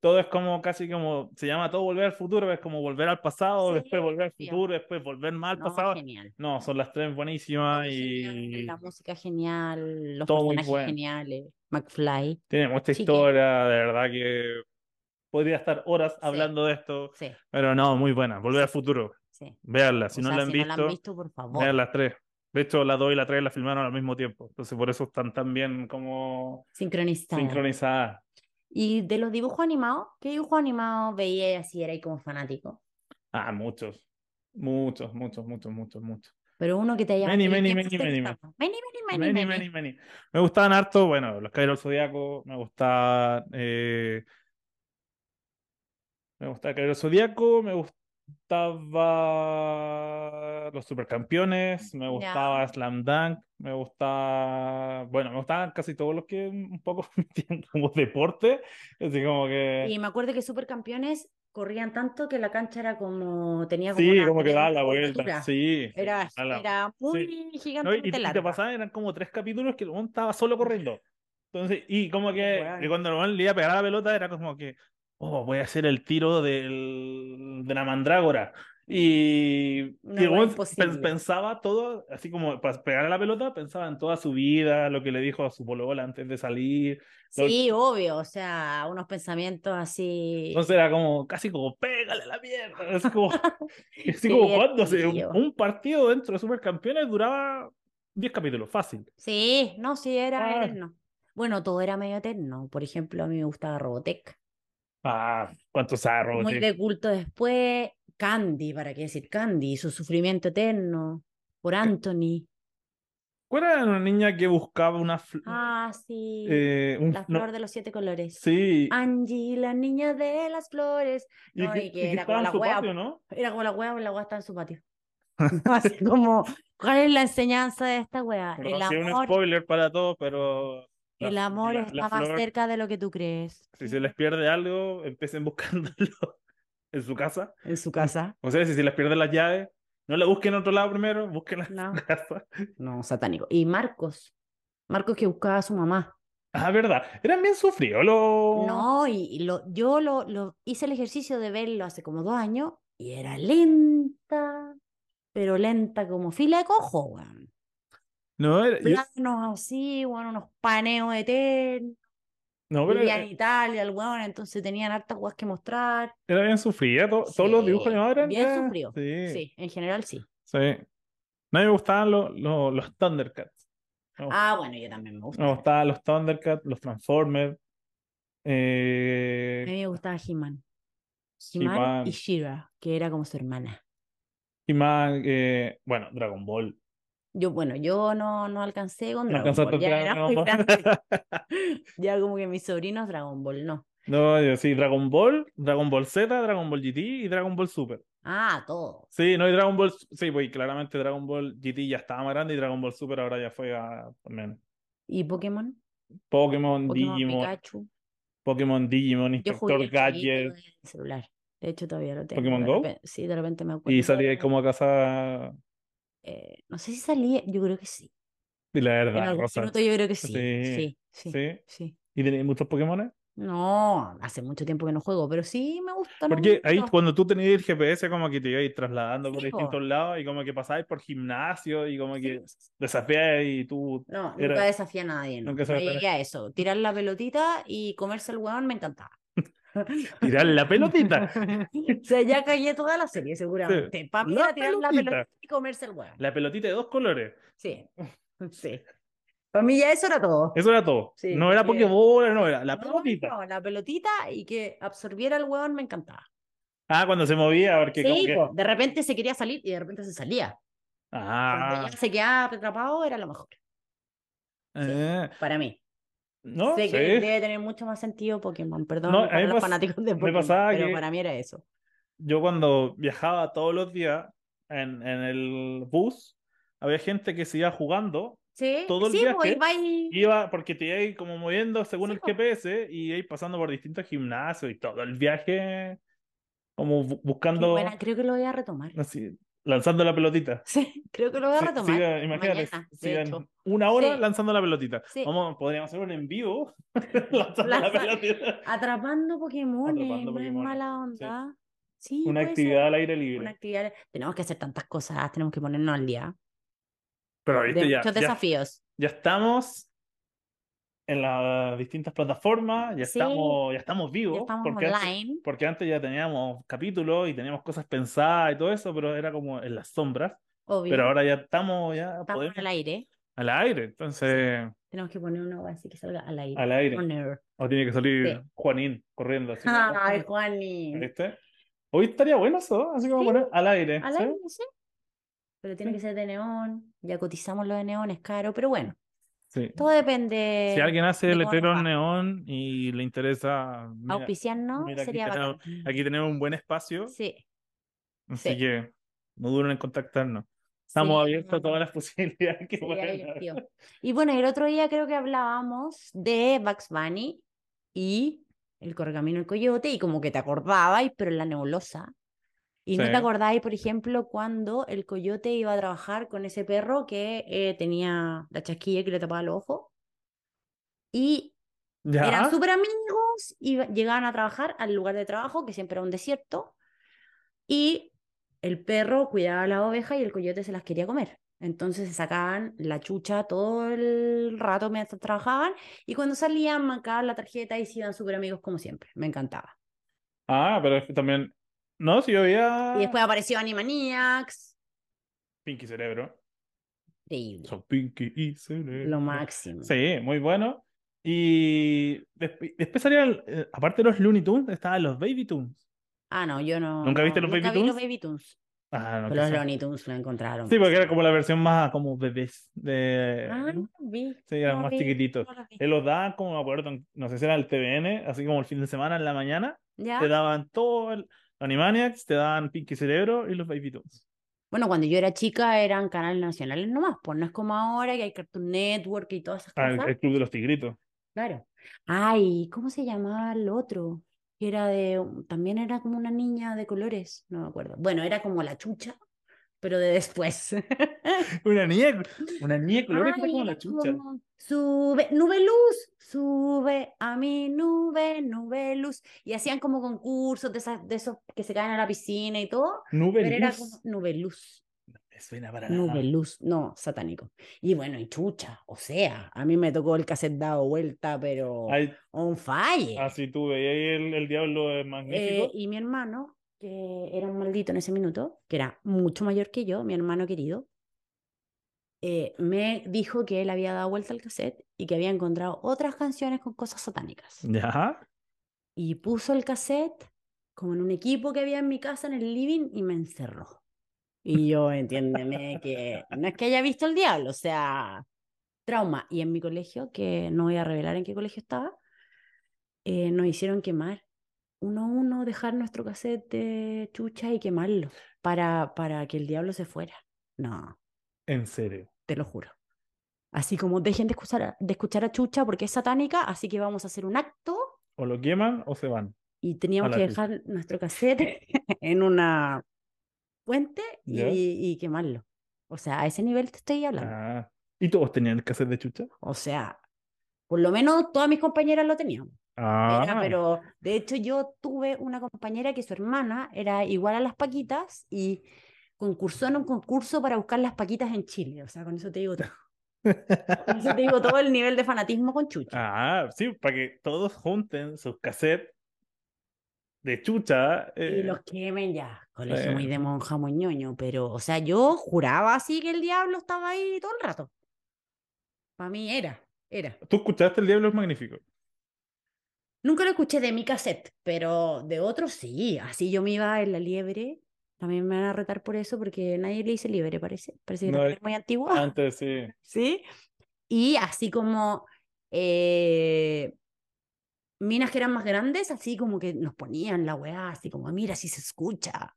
S1: todo es como casi como, se llama todo volver al futuro, es como volver al pasado,
S2: Sí,
S1: después volver al
S2: obvio.
S1: futuro, después volver más al
S2: No,
S1: pasado.
S2: genial.
S1: No, son las tres
S2: Todo
S1: buenísimas
S2: genial,
S1: y
S2: La música genial, los
S1: Todo muy
S2: personajes
S1: bueno.
S2: geniales, McFly.
S1: tiene mucha
S2: Sí que-
S1: historia, de verdad que podría estar horas hablando de esto,
S2: Sí,
S1: pero no, muy buena. Volver
S2: Sí.
S1: al futuro,
S2: sí.
S1: véanla,
S2: O
S1: si no
S2: sea,
S1: la han
S2: si no la han
S1: visto,
S2: visto, por favor.
S1: vean las tres. De hecho, la 2 y la 3 la filmaron al mismo tiempo, entonces por eso están tan bien como
S2: Sincronizada.
S1: sincronizadas.
S2: Y de los dibujos animados, ¿qué dibujos animados veía y así era ahí como fanático?
S1: Ah, muchos, muchos, muchos, muchos, muchos, muchos.
S2: Pero uno que te haya
S1: Many,
S2: mantenido-
S1: many, many,
S2: ¿qué te
S1: many,
S2: gustaba? many, many, many,
S1: Many, many, many. Me gustaban harto, bueno, los Caballeros del Zodíaco, me gustaban... eh, Me gustaba Caballero Zodíaco, me gustaba Los Supercampeones, me
S2: Ya.
S1: gustaba Slam Dunk, me gustaba. Bueno, me gustaban casi todos los que un poco tienen como deporte. Así como que.
S2: Y me acuerdo que Supercampeones corrían tanto que la cancha era como, tenía como
S1: Sí,
S2: una
S1: como que daba
S2: tremenda
S1: la vuelta.
S2: curvatura.
S1: Sí.
S2: Era,
S1: daba la-
S2: era muy
S1: No, y, y
S2: gigantemente
S1: te
S2: larga.
S1: pasaban, eran como tres capítulos que el weón estaba solo corriendo. Entonces, y como que
S2: Weón.
S1: y cuando el weón le iba a pegar la pelota, era como que, oh, voy a hacer el tiro del, de la mandrágora. Y,
S2: Una
S1: y
S2: wea
S1: weón
S2: imposible.
S1: pen- pensaba todo, así como para pegar a la pelota, pensaba en toda su vida, lo que le dijo a su polola antes de salir. Lo-
S2: Sí, obvio, o sea, unos pensamientos así.
S1: Entonces era como, casi como, pégale a la mierda. Así como, así
S2: Qué
S1: como cuando se- un,
S2: divertido.
S1: un partido dentro de Supercampeones duraba 10 capítulos, fácil.
S2: Sí, no, sí, era
S1: Ah.
S2: eterno. Bueno, todo era medio eterno. Por ejemplo, a mí me gustaba Robotech.
S1: Ah, cuántos arros.
S2: Muy de culto después. Candy, ¿para qué decir Candy? Su sufrimiento eterno.
S1: Eh,
S2: Por Anthony.
S1: ¿Cuál era una niña que buscaba una. fl-
S2: Ah, sí.
S1: eh, un-
S2: La
S1: no,
S2: flor de los siete colores.
S1: Sí.
S2: Angie, la niña de las flores.
S1: y
S2: no,
S1: que,
S2: y que
S1: y que
S2: era
S1: estaba
S2: como
S1: en
S2: la
S1: su
S2: wea,
S1: patio, ¿no?
S2: Era como la hueá, la hueá estaba en su patio. Así como, ¿cuál es la enseñanza de esta hueá?
S1: Perdón,
S2: El
S1: sí, un
S2: amor,
S1: spoiler para todos, pero. la-
S2: el amor
S1: la- la
S2: está más
S1: flor,
S2: cerca de lo que tú crees.
S1: Si se les pierde algo, empiecen buscándolo en su casa.
S2: En su casa.
S1: O sea, si se les pierden las llaves, no la busquen en otro lado primero, búsquenla en su
S2: No,
S1: casa.
S2: no, satánico. Y Marcos. Marcos que buscaba a su mamá.
S1: Ah, verdad. Eran bien sufridos los.
S2: No, y, y lo, yo lo, lo hice el ejercicio de verlo hace como dos años y era lenta, pero lenta como fila de cojo, weón.
S1: No, era- yo-
S2: Planos así, weón, unos paneos eternos.
S1: no, pero eh,
S2: Vivía
S1: era,
S2: en Italia, el weón, entonces tenían hartas weas que mostrar.
S1: era bien sufrida. to- Todos los dibujos
S2: Sí,
S1: animados eran.
S2: bien
S1: ya-
S2: sufrido,
S1: Sí, sí.
S2: Sí, en general sí.
S1: No me gustaban los, los, los Thundercats. No.
S2: Ah, bueno, yo también me gusta.
S1: Me gustaban los Thundercats, los Transformers.
S2: A
S1: Eh,
S2: mí me gustaba He-Man. He-Man
S1: He-Man,
S2: y She-Ra, que era como su hermana.
S1: He-Man, eh, bueno, Dragon Ball.
S2: Yo, bueno, yo no, no alcancé con
S1: No
S2: Dragon
S1: alcanzaste
S2: Ball, ya
S1: a
S2: era
S1: Dragon
S2: muy
S1: Ball.
S2: grande. Ya como que mis sobrinos Dragon Ball, no.
S1: No, yo sí, Dragon Ball, Dragon Ball Z, Dragon Ball GT y Dragon Ball Super.
S2: Ah, todo.
S1: Sí, no hay Dragon Ball. Sí, pues y claramente Dragon Ball GT ya estaba más grande y Dragon Ball Super ahora ya fue a. también.
S2: ¿Y Pokémon?
S1: Pokémon,
S2: Pokémon
S1: Digimon,
S2: Pikachu.
S1: Pokémon Digimon,
S2: Yo
S1: Inspector
S2: jugué chiquito en
S1: Gadget.
S2: el celular. De hecho, todavía lo tengo.
S1: ¿Pokémon
S2: de
S1: Go?
S2: repen- sí, de repente me acuerdo.
S1: Y salía ahí como a casa.
S2: Eh, no sé si salía, yo creo que sí.
S1: Y la
S2: En
S1: verdad,
S2: algún
S1: Rosa.
S2: minuto yo creo que
S1: Sí,
S2: sí. Sí, sí,
S1: Sí.
S2: sí.
S1: ¿Y tenéis muchos Pokémon?
S2: No, hace mucho tiempo que no juego, pero sí me gustan un
S1: Porque ahí
S2: mucho.
S1: cuando tú tenías el GPS, como que te ibas trasladando por
S2: Sí, po.
S1: distintos lados y como que pasabas por gimnasio y como que
S2: Sí.
S1: desafiabas y tú.
S2: No,
S1: era-
S2: nunca desafié a nadie, no.
S1: nunca
S2: No
S1: desafié a
S2: llegué a eso. Tirar la pelotita y comerse el hueón me encantaba.
S1: Tirar la pelotita.
S2: O sea, ya caí toda la serie, seguramente. Para mí
S1: La
S2: era tirar la
S1: pelotita.
S2: pelotita y comerse el hueón.
S1: La pelotita de dos colores.
S2: Sí, sí. Para mí ya eso era todo.
S1: Eso era todo.
S2: Sí,
S1: no era
S2: porque-
S1: Pokébola, no era la
S2: No,
S1: pelotita.
S2: no, la pelotita y que absorbiera el hueón me encantaba.
S1: Ah, cuando se movía, porque como
S2: Sí,
S1: que-
S2: po, de repente se quería salir y de repente se salía.
S1: Ah,
S2: Cuando ya se quedaba atrapado era lo mejor,
S1: eh,
S2: para mí.
S1: no
S2: sé que
S1: sé.
S2: debe tener mucho más sentido Pokémon, perdón
S1: No, a
S2: para
S1: mí
S2: los
S1: pas-
S2: fanáticos de
S1: me
S2: Pokémon,
S1: pasaba
S2: pero
S1: que-
S2: para mí era eso.
S1: Yo cuando viajaba todos los días en, en el bus, había gente que se iba jugando,
S2: Sí,
S1: Todo el
S2: sí,
S1: viaje
S2: pues, iba y-
S1: iba porque te iba ahí como moviendo según
S2: Sí,
S1: el
S2: po.
S1: GPS y ahí pasando por distintos gimnasios y todo el viaje, como bu-
S2: Qué
S1: buscando,
S2: buena, creo que lo voy a retomar.
S1: así, lanzando la pelotita.
S2: Sí, creo que lo voy a
S1: Sí,
S2: retomar.
S1: siga- imagínate,
S2: mañana, de
S1: sigan
S2: hecho.
S1: una hora
S2: Sí.
S1: lanzando la pelotita.
S2: Sí.
S1: Vamos, podríamos hacer un en vivo lanzando la
S2: Lanza-
S1: pelotita.
S2: Atrapando Pokémones,
S1: Atrapando
S2: no es
S1: Pokémones,
S2: mala
S1: sí.
S2: onda. Sí,
S1: Una
S2: puede ser,
S1: actividad al aire
S2: una
S1: libre.
S2: actividad. Tenemos que hacer tantas cosas, tenemos que ponernos al día.
S1: Pero
S2: De
S1: viste, ya,
S2: muchos
S1: ya,
S2: desafíos.
S1: ya estamos en las distintas plataformas, ya
S2: Sí.
S1: estamos, ya estamos
S2: Ya
S1: vivos,
S2: estamos
S1: porque antes,
S2: online.
S1: porque antes ya teníamos capítulos y teníamos cosas pensadas y todo eso, pero era como en las sombras.
S2: Obvio.
S1: Pero ahora ya estamos, ya
S2: estamos
S1: podemos
S2: al aire.
S1: al aire, entonces
S2: Tenemos que poner una wea así que salga al aire.
S1: al aire.
S2: On air.
S1: O tiene que salir
S2: Sí. Ah,
S1: Juanín corriendo. así.
S2: Ay, Juani.
S1: ¿Viste? Hoy estaría bueno eso, así como
S2: Sí.
S1: poner al aire.
S2: Al
S1: ¿sí?
S2: aire, sí. Pero tiene que ser de neón. Ya cotizamos lo de neón, es caro. Pero bueno,
S1: Sí.
S2: todo depende.
S1: Si alguien hace
S2: de
S1: el
S2: cómo nos
S1: letrero
S2: Eh, va.
S1: neón y le interesa, mira,
S2: Auspiciarnos
S1: mira, aquí
S2: sería
S1: tenemos-
S2: bacán.
S1: aquí tenemos un buen espacio,
S2: Sí.
S1: así
S2: sí.
S1: que no duren en contactarnos. Estamos
S2: sí,
S1: abiertos a todas las posibilidades que
S2: sería
S1: puedan
S2: divertido.
S1: haber.
S2: Y bueno, el otro día creo que hablábamos de Bugs Bunny y el correcamino el coyote, y como que te acordabais, pero en la nebulosa. Y no
S1: Sí.
S2: te acordabais, por ejemplo, cuando el coyote iba a trabajar con ese perro que eh, tenía la chasquilla que le tapaba los ojos. Y
S1: ¿Ya?
S2: eran súper amigos y llegaban a trabajar al lugar de trabajo, que siempre era un desierto. Y el perro cuidaba a la oveja y el coyote se las quería comer. Entonces se sacaban la chucha todo el rato mientras trabajaban y cuando salían marcaban la tarjeta y se iban súper amigos como siempre. Me encantaba.
S1: Ah, pero es que también. No, si yo había.
S2: Y después apareció Animaniacs.
S1: Pinky Cerebro.
S2: Increíble.
S1: Son Pinky y Cerebro.
S2: Lo máximo.
S1: Sí, muy bueno. Y desp- después salían, eh, aparte de los Looney Tunes, estaban los Baby Tunes.
S2: Ah, no, yo no.
S1: ¿Nunca
S2: no,
S1: viste los
S2: nunca
S1: Baby
S2: vi
S1: Toons?
S2: los Baby Toons.
S1: Ah, no,
S2: Pero los
S1: quizás.
S2: Looney Tunes lo encontraron.
S1: Sí, porque era como la versión más como bebés de...
S2: Ah, no, vi.
S1: Sí, eran
S2: no
S1: más Eh,
S2: vi,
S1: chiquititos.
S2: no los vi.
S1: Él los daban como, me acuerdo, en- no sé si era el TVN, así como el fin de semana, en la mañana,
S2: ¿Ya?
S1: te daban todo el Animaniacs, te daban Pinky Cerebro y los Baby Toons.
S2: Bueno, cuando yo era chica eran canales nacionales nomás, pues no es como ahora que hay Cartoon Network y todas esas
S1: Ah, el,
S2: cosas.
S1: el Club de los Tigritos.
S2: Claro. Ay, ¿cómo se llamaba el otro? Que Era de, un- también era como una niña de colores, no me acuerdo. Bueno, era como la chucha, pero de después.
S1: Una niña, una niña de colores que era
S2: Ay,
S1: como la
S2: era
S1: chucha.
S2: como, Sube, nube luz, sube a mi nube, nube luz. Y hacían como concursos de, esas, de esos que se caen a la piscina y todo,
S1: Nube
S2: pero era
S1: Luz.
S2: como nube luz.
S1: Me suena para nada.
S2: Nube, luz, no, satánico. Y bueno, y chucha, o sea, a mí me tocó el cassette dado vuelta, pero
S1: Ay,
S2: on fire.
S1: así tú veías el, el diablo es magnífico.
S2: Eh, y mi hermano, que era un maldito en ese minuto, que era mucho mayor que yo, mi hermano querido, eh, me dijo que él había dado vuelta al cassette y que había encontrado otras canciones con cosas satánicas.
S1: Ya.
S2: Y puso el cassette como en un equipo que había en mi casa, en el living, y me encerró. Y yo, entiéndeme que no es que haya visto el diablo, o sea, trauma. Y en mi colegio, que no voy a revelar en qué colegio estaba, eh, nos hicieron quemar uno a uno, dejar nuestro cassette de chucha y quemarlo para, para que el diablo se fuera. No,
S1: En serio.
S2: te lo juro. Así como dejen de escuchar, a- de escuchar a Chucha porque es satánica, así que vamos a hacer un acto
S1: O lo queman o se van.
S2: y teníamos
S1: la
S2: que
S1: chucha.
S2: dejar nuestro cassette en una puente y,
S1: ¿Ya?
S2: y quemarlo. O sea, a ese nivel te estoy hablando.
S1: Ah. ¿Y todos tenían el cassette de chucha?
S2: O sea, por lo menos todas mis compañeras lo tenían.
S1: Ah.
S2: Era, pero de hecho yo tuve una compañera que su hermana era igual a las Paquitas y concursó en un concurso para buscar las Paquitas en Chile. O sea, con eso te digo todo. Con eso te digo todo el nivel de fanatismo con Chucha.
S1: Ah, sí, para que todos junten sus cassettes de chucha.
S2: Y
S1: eh,
S2: los quemen ya. Colegio muy
S1: eh.
S2: de monja muy ñoño, pero, o sea, yo juraba así que el diablo estaba ahí todo el rato. Para mí era, era.
S1: ¿Tú escuchaste El Diablo es Magnífico?
S2: Nunca lo escuché de mi cassette, pero de otros sí. Así yo me iba en la liebre. También me van a retar por eso porque nadie le dice liebre, parece. Parece que
S1: No,
S2: también
S1: eh,
S2: es muy antigua.
S1: Antes sí.
S2: ¿Sí? Y así como eh, minas que eran más grandes, así como que nos ponían la weá, así como, mira, si se escucha.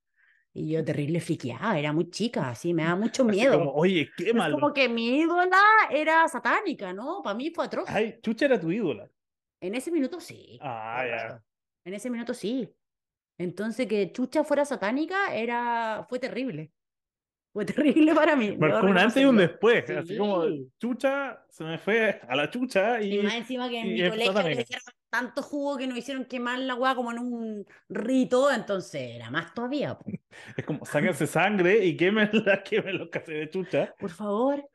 S2: Y yo terrible friqueada, era muy chica, así me daba mucho
S1: Así
S2: miedo.
S1: como, Oye, qué
S2: Es
S1: malo.
S2: como que mi ídola era satánica, ¿no? Para mí fue atroz.
S1: Ay, chucha era tu ídola.
S2: En ese minuto sí.
S1: Ah,
S2: por
S1: ya.
S2: supuesto. En ese minuto sí. Entonces que Chucha fuera satánica era fue terrible. Fue terrible para mí. debo
S1: Marcó un antes y un
S2: reconocerlo.
S1: después. Así como,
S2: Sí.
S1: chucha se me fue a la chucha
S2: Y
S1: y.
S2: más encima que en
S1: y
S2: mi
S1: es
S2: colegio le
S1: satánica.
S2: hicieron tanto jugo que nos hicieron quemar la weá como en un rito, entonces era más todavía. po.
S1: Es como, sáquense sangre y quemen, la, quemen los cassettes de chucha.
S2: Por favor.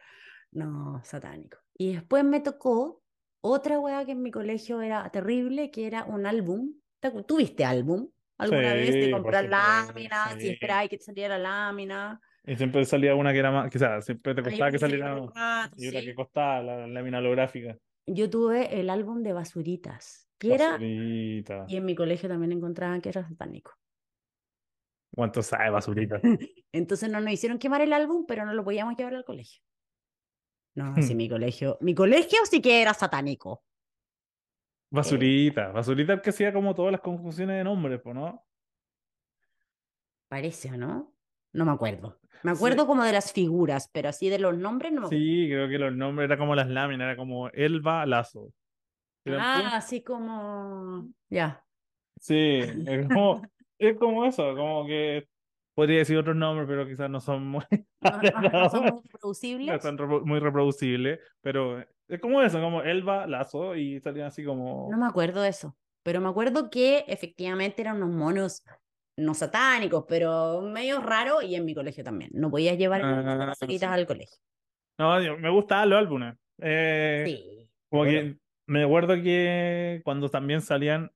S2: No, satánico. Y después me tocó otra weá que en mi colegio era terrible, que era un álbum. ¿Te acu- ¿Tuviste álbum? ¿Alguna vez
S1: Sí,
S2: de
S1: por
S2: comprar
S1: supuesto,
S2: láminas y
S1: sí.
S2: esperar que te saliera la lámina?
S1: Y siempre salía una que era más. Quizás siempre te
S2: Hay
S1: costaba
S2: una
S1: que
S2: que salió
S1: saliera.
S2: por un rato,
S1: Y una que
S2: sí.
S1: costaba la lámina holográfica.
S2: Yo tuve el álbum de basuritas, que era,
S1: Basurita.
S2: y en mi colegio también encontraban que era satánico.
S1: ¿Cuánto sabe basurita?
S2: Entonces no nos hicieron quemar el álbum, pero no lo podíamos llevar al colegio. No,
S1: Hmm.
S2: sí, mi colegio, mi colegio sí que era satánico.
S1: Basurita. Basurita el que hacía como todas las confusiones de nombres, pues, ¿no?
S2: Parece, ¿o no? No me acuerdo. Me acuerdo como de las figuras, pero así de los nombres no me acuerdo.
S1: Sí, creo que los nombres eran como las láminas, era como Elba Lazo. Eran puras-
S2: Ah, así como... Ya.
S1: Sí, es como, es como eso, como que podría decir otros nombres, pero quizás no son muy,
S2: No, no- no son muy
S1: no
S2: reproducibles.
S1: son repro- muy reproducibles, pero es como eso, como Elba Lazo y salían así como...
S2: No me acuerdo de eso, pero me acuerdo que efectivamente eran unos monos no satánicos, pero medio raro, y en mi colegio también. No podías llevar
S1: Ah,
S2: cositas
S1: sí.
S2: al colegio.
S1: No, yo- me gustaban los álbumes. Eh,
S2: Sí.
S1: Como
S2: Bueno.
S1: que me acuerdo que cuando también salían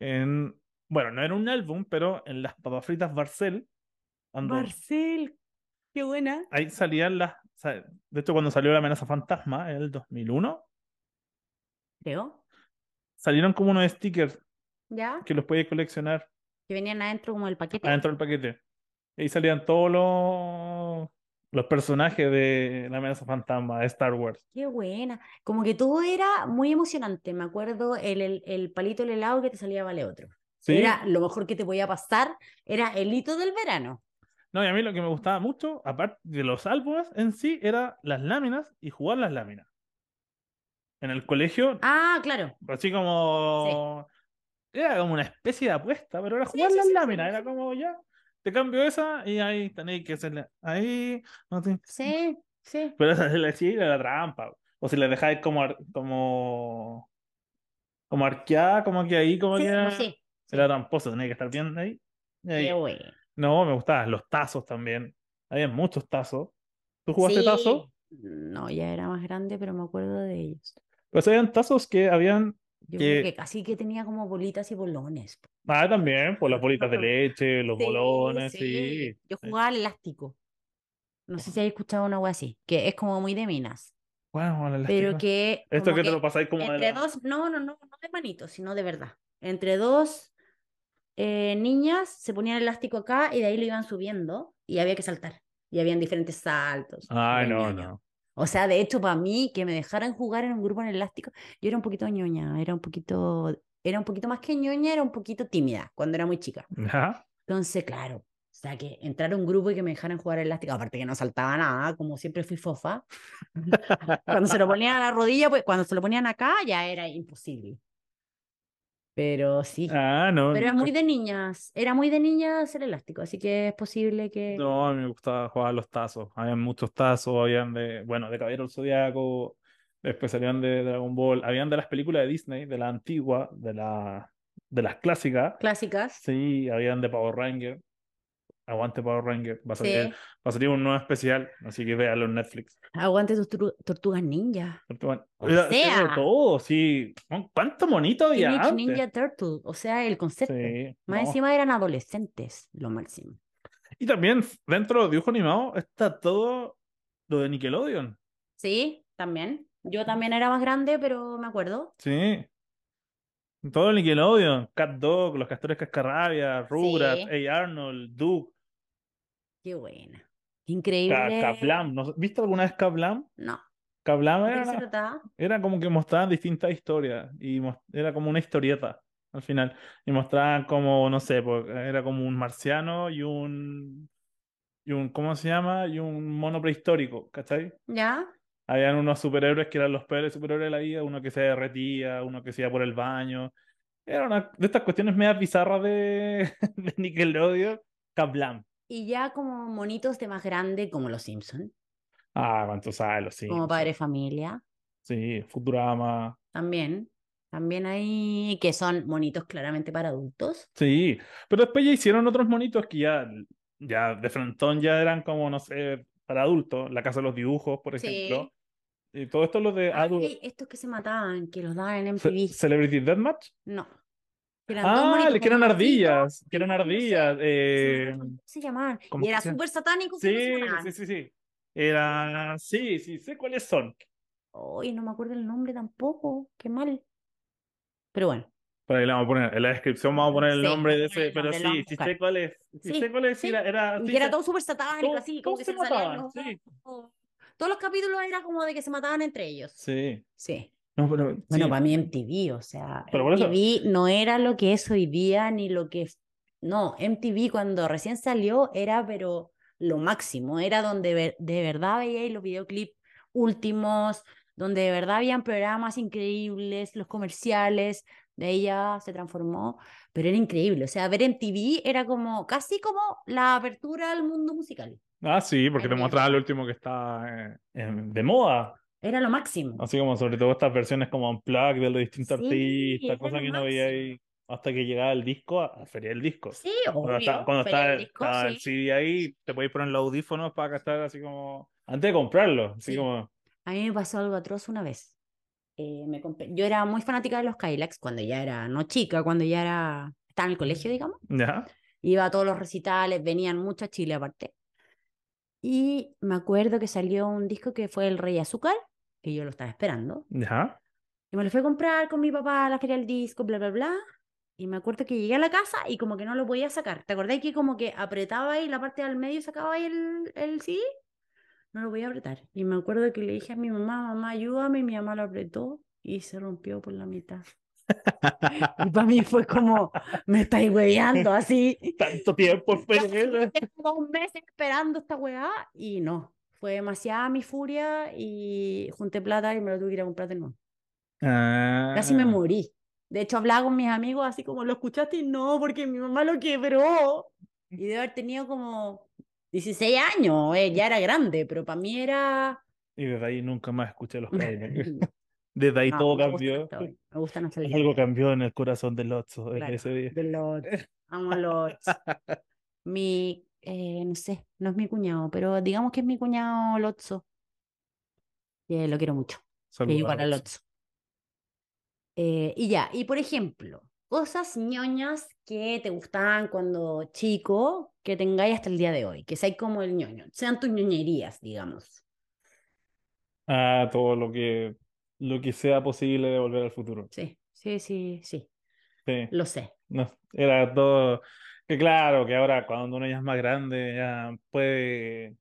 S1: en. Bueno, no era un álbum, pero en las papas fritas Barcel. cuando-
S2: Marcel, qué buena.
S1: ahí salían las. sa- De hecho, cuando salió La amenaza fantasma en el 2001,
S2: Creo.
S1: salieron como unos stickers
S2: ¿Ya?
S1: que los podías coleccionar
S2: Que venían adentro como el paquete.
S1: adentro del paquete. Ahí salían todos los, los personajes de La amenaza fantasma de Star Wars.
S2: Qué buena. Como que todo era muy emocionante. Me acuerdo el, el, el palito del helado que te salía vale otro.
S1: ¿Sí?
S2: Era lo mejor que te podía pasar. Era el hito del verano.
S1: No, y a mí lo que me gustaba mucho, aparte de los álbumes en sí, era las láminas y jugar las láminas. En el colegio,
S2: Ah, claro.
S1: así como. Era como una especie de apuesta, pero era
S2: Sí,
S1: jugar
S2: sí,
S1: las
S2: sí, sí,
S1: láminas,
S2: sí.
S1: era como ya. Te cambio esa y ahí tenéis que hacerla. Ahí. No te-
S2: Sí, sí.
S1: Pero esa se la hacía y era la trampa. O si la dejáis como. ar- como. como arqueada, como que ahí, como
S2: Sí,
S1: que. ah,
S2: no
S1: Era,
S2: sé.
S1: era tramposo, tenía que estar bien ahí. Y ahí
S2: Qué bueno.
S1: no, me gustaban los tazos también. Había muchos tazos. ¿Tú jugaste tazo?
S2: Sí. No, ya era más grande, pero me acuerdo de ellos.
S1: Pues habían tazos que habían.
S2: Yo creo
S1: Que-
S2: que casi que tenía como bolitas y bolones.
S1: Ah, también, pues las bolitas de leche, los
S2: Sí,
S1: bolones,
S2: sí.
S1: sí. Oh.
S2: Yo jugaba al elástico. No sé si habéis escuchado una wea así, que es como muy de minas.
S1: Bueno, las
S2: Pero
S1: lastimas.
S2: que.
S1: Esto
S2: como
S1: que te
S2: que
S1: lo pasáis como de
S2: Entre
S1: la-
S2: dos, no, no, no, no de manitos, sino de verdad. Entre dos eh, niñas se ponían el elástico acá y de ahí lo iban subiendo y había que saltar. Y habían diferentes saltos.
S1: Ay,
S2: era
S1: no,
S2: ñoño.
S1: no.
S2: O sea, de hecho, para mí, que me dejaran jugar en un grupo en el elástico, yo era un poquito ñoña, era un poquito, era un poquito más que ñoña, era un poquito tímida cuando era muy chica.
S1: Ajá.
S2: Entonces, claro, o sea, que entrar a un grupo y que me dejaran jugar el elástico, aparte que no saltaba nada, como siempre fui fofa. Cuando se lo ponían a la rodilla, pues cuando se lo ponían acá ya era imposible. Pero sí.
S1: Ah, no.
S2: Pero es muy de niñas. Era muy de niñas el elástico, así que es posible que.
S1: No, a mí me gustaba jugar los tazos. Habían muchos tazos, habían de, bueno, de Caballero del Zodiaco, después salían de Dragon Ball, habían de las películas de Disney, de la antigua, de la, de las clásicas.
S2: Clásicas.
S1: Sí, habían de Power Ranger. Aguante Power Ranger. Va a salir,
S2: Sí.
S1: va a salir un nuevo especial, así que véalo en Netflix.
S2: Aguante tus tortu- tortugas ninja. O
S1: Era- era
S2: sea.
S1: todo, sí. ¿Cuánto monito había
S2: Teenage
S1: antes?
S2: Ninja Turtle. O sea, el concepto.
S1: Sí,
S2: Más
S1: no.
S2: encima eran adolescentes, lo máximo.
S1: Y también dentro de dibujo animado está todo lo de Nickelodeon.
S2: Sí, también. Yo
S1: Mm.
S2: también era más grande, pero me acuerdo.
S1: Sí. Todo el Nickelodeon. Cat Dog, Los Castores Cascarrabia, Rugrats,
S2: Sí.
S1: Hey Arnold, Duke,
S2: Qué buena.
S1: Ka-
S2: Increíble.
S1: Kablam. ¿No- ¿Viste alguna vez Kablam?
S2: No.
S1: Kablam
S2: ¿De
S1: era
S2: qué se
S1: la-
S2: trataba?
S1: era como que mostraban distintas historias y mos- era como una historieta al final y mostraban como no sé pues, era como un marciano y un y un cómo se llama y un mono prehistórico ¿cachai?
S2: ¿Ya?
S1: habían unos superhéroes que eran los peores superhéroes de la vida uno que se derretía uno que se iba por el baño era una de estas cuestiones medias bizarras de, de Nickelodeon Kablam
S2: Y ya como monitos de más grande, como los Simpson,
S1: ah cuánto sabes
S2: Oh.
S1: los sí
S2: como Padre Familia,
S1: sí Futurama
S2: también. También hay que son monitos claramente para adultos.
S1: Sí, pero después ya hicieron otros monitos que ya, ya de frontón ya eran como, no sé, para adultos, La Casa de los Dibujos, por
S2: Sí.
S1: ejemplo. Y todo esto lo de adultos.
S2: Ay, estos que se mataban, que los daban en MTV.
S1: Celebrity Deathmatch.
S2: No. Que eran dos
S1: Ah,
S2: monitos
S1: le que eran
S2: como gatitos,
S1: ardillas, que eran
S2: no sé,
S1: ardillas.
S2: se
S1: eh,
S2: llamaban, ¿cómo se llamaban?
S1: ¿cómo
S2: Y
S1: que
S2: era
S1: se llama?
S2: súper satánico. cómo se
S1: sí,
S2: llamaban.
S1: sí, sí, sí. Era, sí, sí, sé cuáles son.
S2: Ay, no me acuerdo el nombre tampoco. Qué mal. Pero bueno.
S1: Por ahí le vamos a poner, en la descripción vamos a poner el
S2: Sí,
S1: nombre de
S2: vamos a poner
S1: ese,
S2: el
S1: pero
S2: nombre,
S1: sí,
S2: lo vamos a
S1: sí
S2: buscar.
S1: sé cuáles, sí
S2: Sí,
S1: sé cuáles,
S2: sí.
S1: era, era,
S2: Y
S1: sí,
S2: que era
S1: sé-
S2: todo súper satánico,
S1: todos-
S2: así, como
S1: todos
S2: que
S1: se
S2: se le salían
S1: mataban,
S2: los
S1: sí.
S2: ojos. Todos los capítulos era como de que se mataban entre ellos.
S1: Sí.
S2: Sí.
S1: No, pero
S2: Bueno,
S1: sí.
S2: para mí MTV, o sea,
S1: Pero por eso-
S2: MTV no era lo que es hoy día, ni lo que... es- No, MTV cuando recién salió era, pero lo máximo, era donde ver- de verdad veíais los videoclips últimos, donde de verdad habían programas increíbles, los comerciales, de ahí ya se transformó, pero era increíble, o sea, ver MTV era como casi como la apertura al mundo musical,
S1: Ah, sí, porque
S2: Ay,
S1: te
S2: mira.
S1: mostraba lo último que está eh, en- de moda.
S2: era lo máximo.
S1: Así como sobre todo estas versiones como Unplugged de los distintos
S2: Sí,
S1: artistas,
S2: era
S1: cosas
S2: lo
S1: que no veía
S2: máximo.
S1: ahí. hasta que llegaba el disco, a, a feriar el disco.
S2: Sí,
S1: Cuando
S2: obvio.
S1: está, cuando
S2: feria
S1: está
S2: del
S1: el, ah,
S2: disco,
S1: estaba el
S2: sí.
S1: CD ahí, te podéis poner los audífonos para estar así como. Antes de comprarlo, así
S2: Sí.
S1: como.
S2: A mí me pasó algo atroz una vez. Eh, me compré- Yo era muy fanática de los Kylax cuando ya era, no chica, cuando ya era, estaba en el colegio, digamos.
S1: ¿Ya?
S2: Iba a todos los recitales, venían mucho a Chile aparte. Y me acuerdo que salió un disco que fue El Rey Azúcar, que yo lo estaba esperando.
S1: ¿Ya?
S2: Y me lo fui a comprar con mi papá a la feria del disco, bla, bla, bla. Y me acuerdo que llegué a la casa y como que no lo podía sacar. ¿Te acordás que como que apretaba ahí la parte del medio y sacaba ahí el, el CD? No lo podía apretar. Y me acuerdo que le dije a mi mamá, mamá, ayúdame. Y mi mamá lo apretó y se rompió por la mitad. Y para mí fue como, me estáis hueveando así.
S1: Tanto tiempo esperé.
S2: Tengo dos meses esperando esta weá y no. Fue demasiada mi furia y junté plata y me lo tuve que ir a comprar de nuevo. Casi me
S1: Ah.
S2: morí. De hecho, hablaba con mis amigos así como, ¿lo escuchaste? No, porque mi mamá lo quebró. Y de haber tenido como 16 años, eh, ya era grande, pero para mí era...
S1: Y desde ahí nunca más escuché los Kylax. Desde ahí todo
S2: me gusta
S1: cambió.
S2: hasta hoy. Me gusta nuestra
S1: Algo cambió en el corazón del Lotso en
S2: Claro.
S1: ese día.
S2: De Lodge. Amo a Lodge. Mi, eh, no sé, no es mi cuñado, pero digamos que es mi cuñado Lotso. que lo quiero mucho. Que
S1: Saludos
S2: igual
S1: a
S2: a
S1: Lotso.
S2: Lotso. Eh, y ya, y por ejemplo, cosas ñoñas que te gustaban cuando chico, que tengáis hasta el día de hoy, que seáis como el ñoño, sean tus ñoñerías, digamos.
S1: Ah, todo lo que, lo que sea posible de volver al futuro.
S2: Sí, sí, sí, sí,
S1: Sí.
S2: lo sé.
S1: No, era todo. Que claro, que ahora cuando uno ya es más grande, ya puede.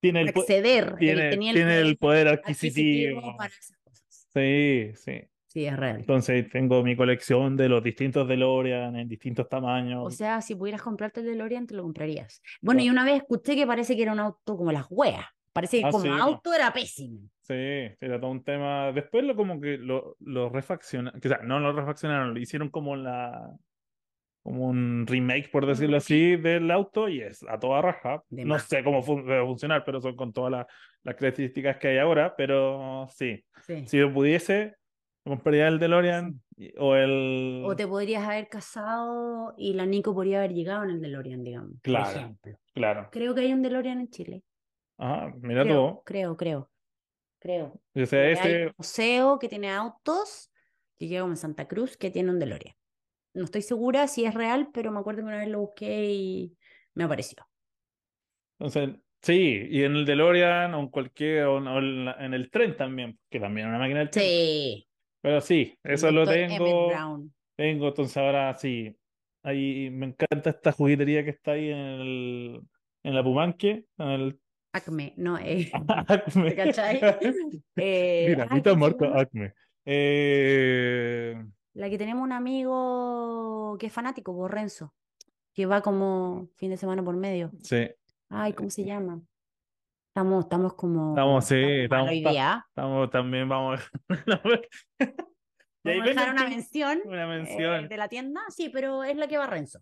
S1: Tiene el, po-
S2: Acceder, él
S1: tiene,
S2: tenía el
S1: tiene el poder
S2: adquisitivo
S1: adquisitivo.
S2: para esas cosas.
S1: Sí, sí.
S2: Sí, es real.
S1: Entonces tengo mi colección de los distintos DeLorean en distintos tamaños.
S2: O sea, si pudieras comprarte el DeLorean, te lo comprarías. Bueno,
S1: Claro.
S2: y una vez escuché que parece que era un auto como las weas. Parece que
S1: Ah,
S2: como
S1: sí, po.
S2: auto era pésimo.
S1: Sí, era todo un tema. Después lo como que lo, lo refaccionaron, o sea, no lo refaccionaron, lo hicieron como la como un remake, por decirlo así, del auto y es a toda raja.
S2: De
S1: no
S2: más.
S1: sé cómo fun- va a funcionar, pero son con todas la- las características que hay ahora, pero sí,
S2: Sí.
S1: si yo pudiese, compraría el DeLorean y- o el...
S2: O te podrías haber casado y la Nico podría haber llegado en el DeLorean, digamos. por
S1: Claro.
S2: ejemplo.
S1: Claro.
S2: Creo que hay un DeLorean en Chile.
S1: Ajá, mira
S2: Creo,
S1: tú.
S2: creo, creo. Creo.
S1: Yo
S2: Creo
S1: sé
S2: que hay
S1: ese,
S2: un museo que tiene autos, que queda como en Santa Cruz, que tiene un DeLorean. No estoy segura si es real, pero me acuerdo que una vez lo busqué y me apareció.
S1: Entonces, sí, y en el DeLorean o en cualquier, o en, o en la- en el tren también, que también es una máquina del tren.
S2: Sí.
S1: Pero sí, eso
S2: el
S1: lo
S2: Dr. Emmett
S1: tengo,
S2: Brown.
S1: tengo, entonces ahora sí, ahí me encanta esta juguetería que está ahí en el, en la Pumanque, en el
S2: Acme, no, eh.
S1: Acme.
S2: ¿Te cachai? Eh,
S1: Ah. Mira,
S2: ay,
S1: ahorita
S2: ¿cómo se
S1: marca
S2: llama?
S1: Acme. Eh,
S2: La que tenemos un amigo que es fanático, Borrenzo, que va como fin de semana por medio.
S1: sí,
S2: Ay, ¿cómo se llama? Estamos, estamos como.
S1: estamos, sí,
S2: estamos mal
S1: estamos,
S2: hoy
S1: ta-
S2: día.
S1: estamos también, vamos a Y ahí
S2: Vamos a dejar
S1: vengan
S2: una
S1: que-
S2: mención
S1: una
S2: eh,
S1: mención.
S2: de la tienda, sí, pero es la que va Renzo.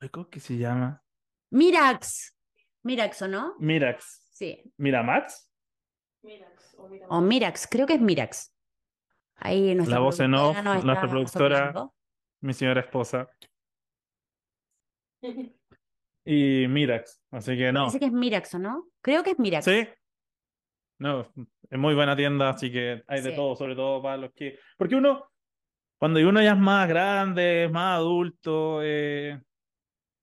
S1: Ay, ¿Cómo que se llama?
S2: Mirax. Mirax, ¿o no?
S1: Mirax.
S2: Sí.
S1: Miramax.
S2: O Mirax, creo que es Mirax. Ahí nuestra
S1: La voz en
S2: productora
S1: off,
S2: nos
S1: nuestra
S2: está
S1: productora.
S2: soplando.
S1: mi señora esposa. Y Mirax. Así que no.
S2: Dice que es Mirax, ¿o no? Creo que es Mirax.
S1: Sí. No, es muy buena tienda, así que hay de
S2: Sí.
S1: todo, sobre todo para los que. Porque uno, cuando uno ya es más grande, es más adulto, eh,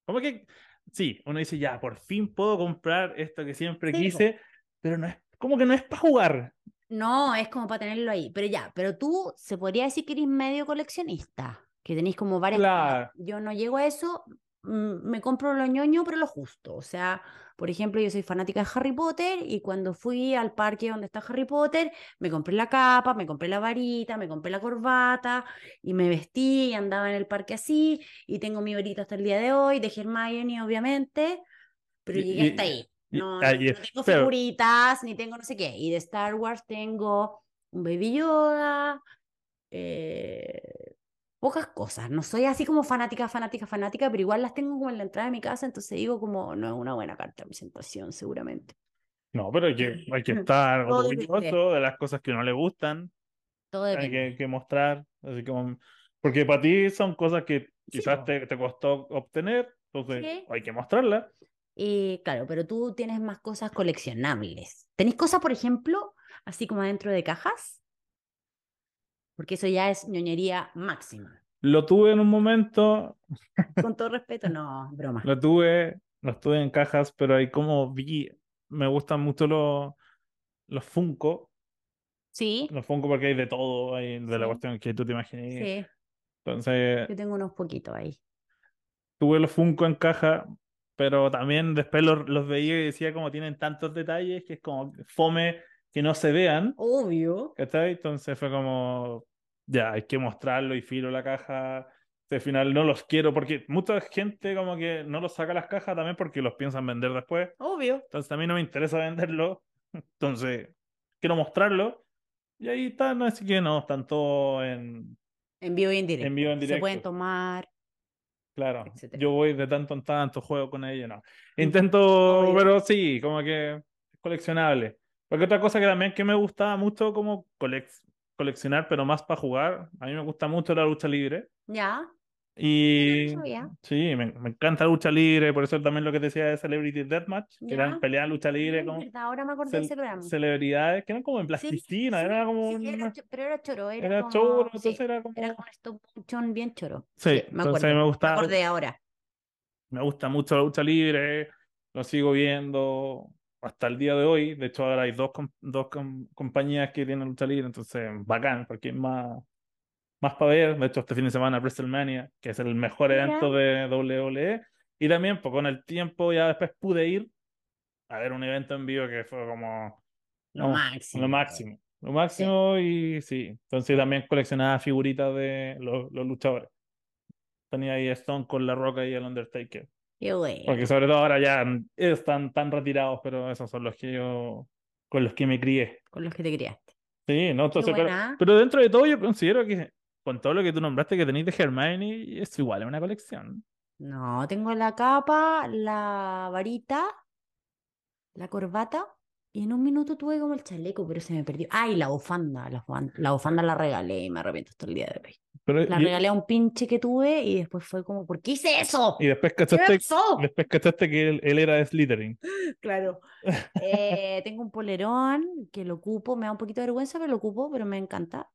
S1: como que. Sí, uno dice, ya, por fin puedo comprar esto que siempre
S2: Sí,
S1: quise, pero no es. Como que no es para jugar.
S2: No, es como para tenerlo ahí. Pero ya, pero tú se podría decir que eres medio coleccionista, que tenés como varias. no,
S1: Claro.
S2: yo no llego a eso, mm, me compro lo ñoño, pero lo justo. O sea, por ejemplo, yo soy fanática de Harry Potter y cuando fui al parque donde está Harry Potter, me compré la capa, me compré la varita, me compré la corbata y me vestí y andaba en el parque así y tengo mi varita hasta el día de hoy, de Hermione, obviamente, pero
S1: Y-
S2: llegué
S1: y-
S2: hasta ahí.
S1: Y-
S2: No, no,
S1: ah, y-
S2: no tengo
S1: pero-
S2: figuritas, ni tengo no sé qué. Y de Star Wars tengo un Baby Yoda, eh, pocas cosas. No soy así como fanática, fanática, fanática, pero igual las tengo como en la entrada de mi casa, entonces digo como no es una buena carta de presentación, seguramente.
S1: no, pero hay que, hay que estar
S2: Todo
S1: orgulloso de las cosas Ah, que no le gustan.
S2: Todo
S1: hay
S2: depende.
S1: que, que mostrar, así como Porque para ti son cosas que quizás
S2: po.
S1: te, te costó obtener, entonces
S2: Sí.
S1: hay que mostrarlas.
S2: Y claro, pero tú tienes más cosas coleccionables. ¿Tenés cosas, por ejemplo, así como adentro de cajas? Porque eso ya es ñoñería máxima.
S1: Lo tuve en un momento,
S2: Con todo respeto, no, broma.
S1: lo tuve, lo tuve en cajas, pero ahí como vi, me gustan mucho los, los Funko,
S2: Sí,
S1: los Funko porque hay de todo, hay de la
S2: Sí.
S1: cuestión que tú te imagines.
S2: sí,
S1: Entonces,
S2: yo tengo unos poquitos ahí.
S1: tuve los Funko en caja, pero también después los, los veía y decía como tienen tantos detalles que es como fome que no se vean,
S2: Obvio.
S1: ¿cachai? Entonces fue como, ya, hay que mostrarlo y filo la caja. Al final no los quiero porque mucha gente como que no los saca las cajas también porque los piensan vender después.
S2: Obvio.
S1: Entonces a mí no me interesa venderlo. Entonces quiero mostrarlo. Y ahí están, así que no, están todos en,
S2: En vivo y en
S1: en
S2: directo.
S1: vivo en
S2: Se pueden
S1: directo.
S2: tomar.
S1: Claro,
S2: etcétera.
S1: yo voy de tanto en tanto, juego con ella, no. Intento,
S2: Obvio.
S1: pero sí, como que es coleccionable. Porque otra cosa que también que me gustaba mucho como colec- coleccionar, pero más para jugar, a mí me gusta mucho la lucha libre.
S2: Ya.
S1: Y
S2: no sabía.
S1: sí, me, me encanta la lucha libre, por eso también lo que te decía de Celebrity Deathmatch, que
S2: Ya.
S1: eran peleas, lucha libre,
S2: Ay,
S1: como
S2: verdad, ahora me acordé de
S1: cel-
S2: ese programa.
S1: celebridades, que eran como en
S2: Sí,
S1: plasticina,
S2: sí,
S1: era como...
S2: sí, era
S1: una-
S2: cho- pero era choro, era
S1: Era
S2: como...
S1: choro,
S2: sí,
S1: entonces era como...
S2: era como un stop motion bien choro.
S1: Sí,
S2: me
S1: entonces
S2: acuerdo.
S1: me gustaba-
S2: acordé ahora.
S1: Me gusta mucho la lucha libre, lo sigo viendo hasta el día de hoy. De hecho, ahora hay dos, com- dos com- compañías que tienen lucha libre, entonces bacán, porque es más, más para ver. De hecho, este fin de semana WrestleMania, que es el mejor
S2: Mira.
S1: evento de WWE. Y también, pues con el tiempo, ya después pude ir a ver un evento en vivo que fue como
S2: Lo
S1: No,
S2: máximo.
S1: lo máximo. Lo máximo y sí. Entonces también coleccionaba figuritas de los, los luchadores. Tenía ahí a Stone con La Roca y el Undertaker.
S2: Qué bueno.
S1: Porque sobre todo ahora ya están tan retirados, pero esos son los que yo, con los que me crié.
S2: Con los que te criaste.
S1: Sí, ¿no?
S2: Qué
S1: Entonces, pero,
S2: buena. ¿ah?
S1: pero dentro de todo yo considero que con todo lo que tú nombraste que tenéis de Hermione, es igual, es una colección.
S2: No, tengo la capa, la varita, la corbata. Y en un minuto tuve como el chaleco, pero se me perdió. Ay, la bufanda. La, bufan- la bufanda la regalé y me arrepiento hasta el día de hoy.
S1: Pero,
S2: La
S1: Eh, y,
S2: regalé a un pinche que tuve y después fue como, ¿por qué hice eso?
S1: y después
S2: ¿Qué me
S1: cachaste,
S2: pasó?
S1: después cachaste que él, él era de Slytherin.
S2: Claro. Eh, tengo un polerón que lo ocupo, me da un poquito de vergüenza, pero lo ocupo, pero me encanta.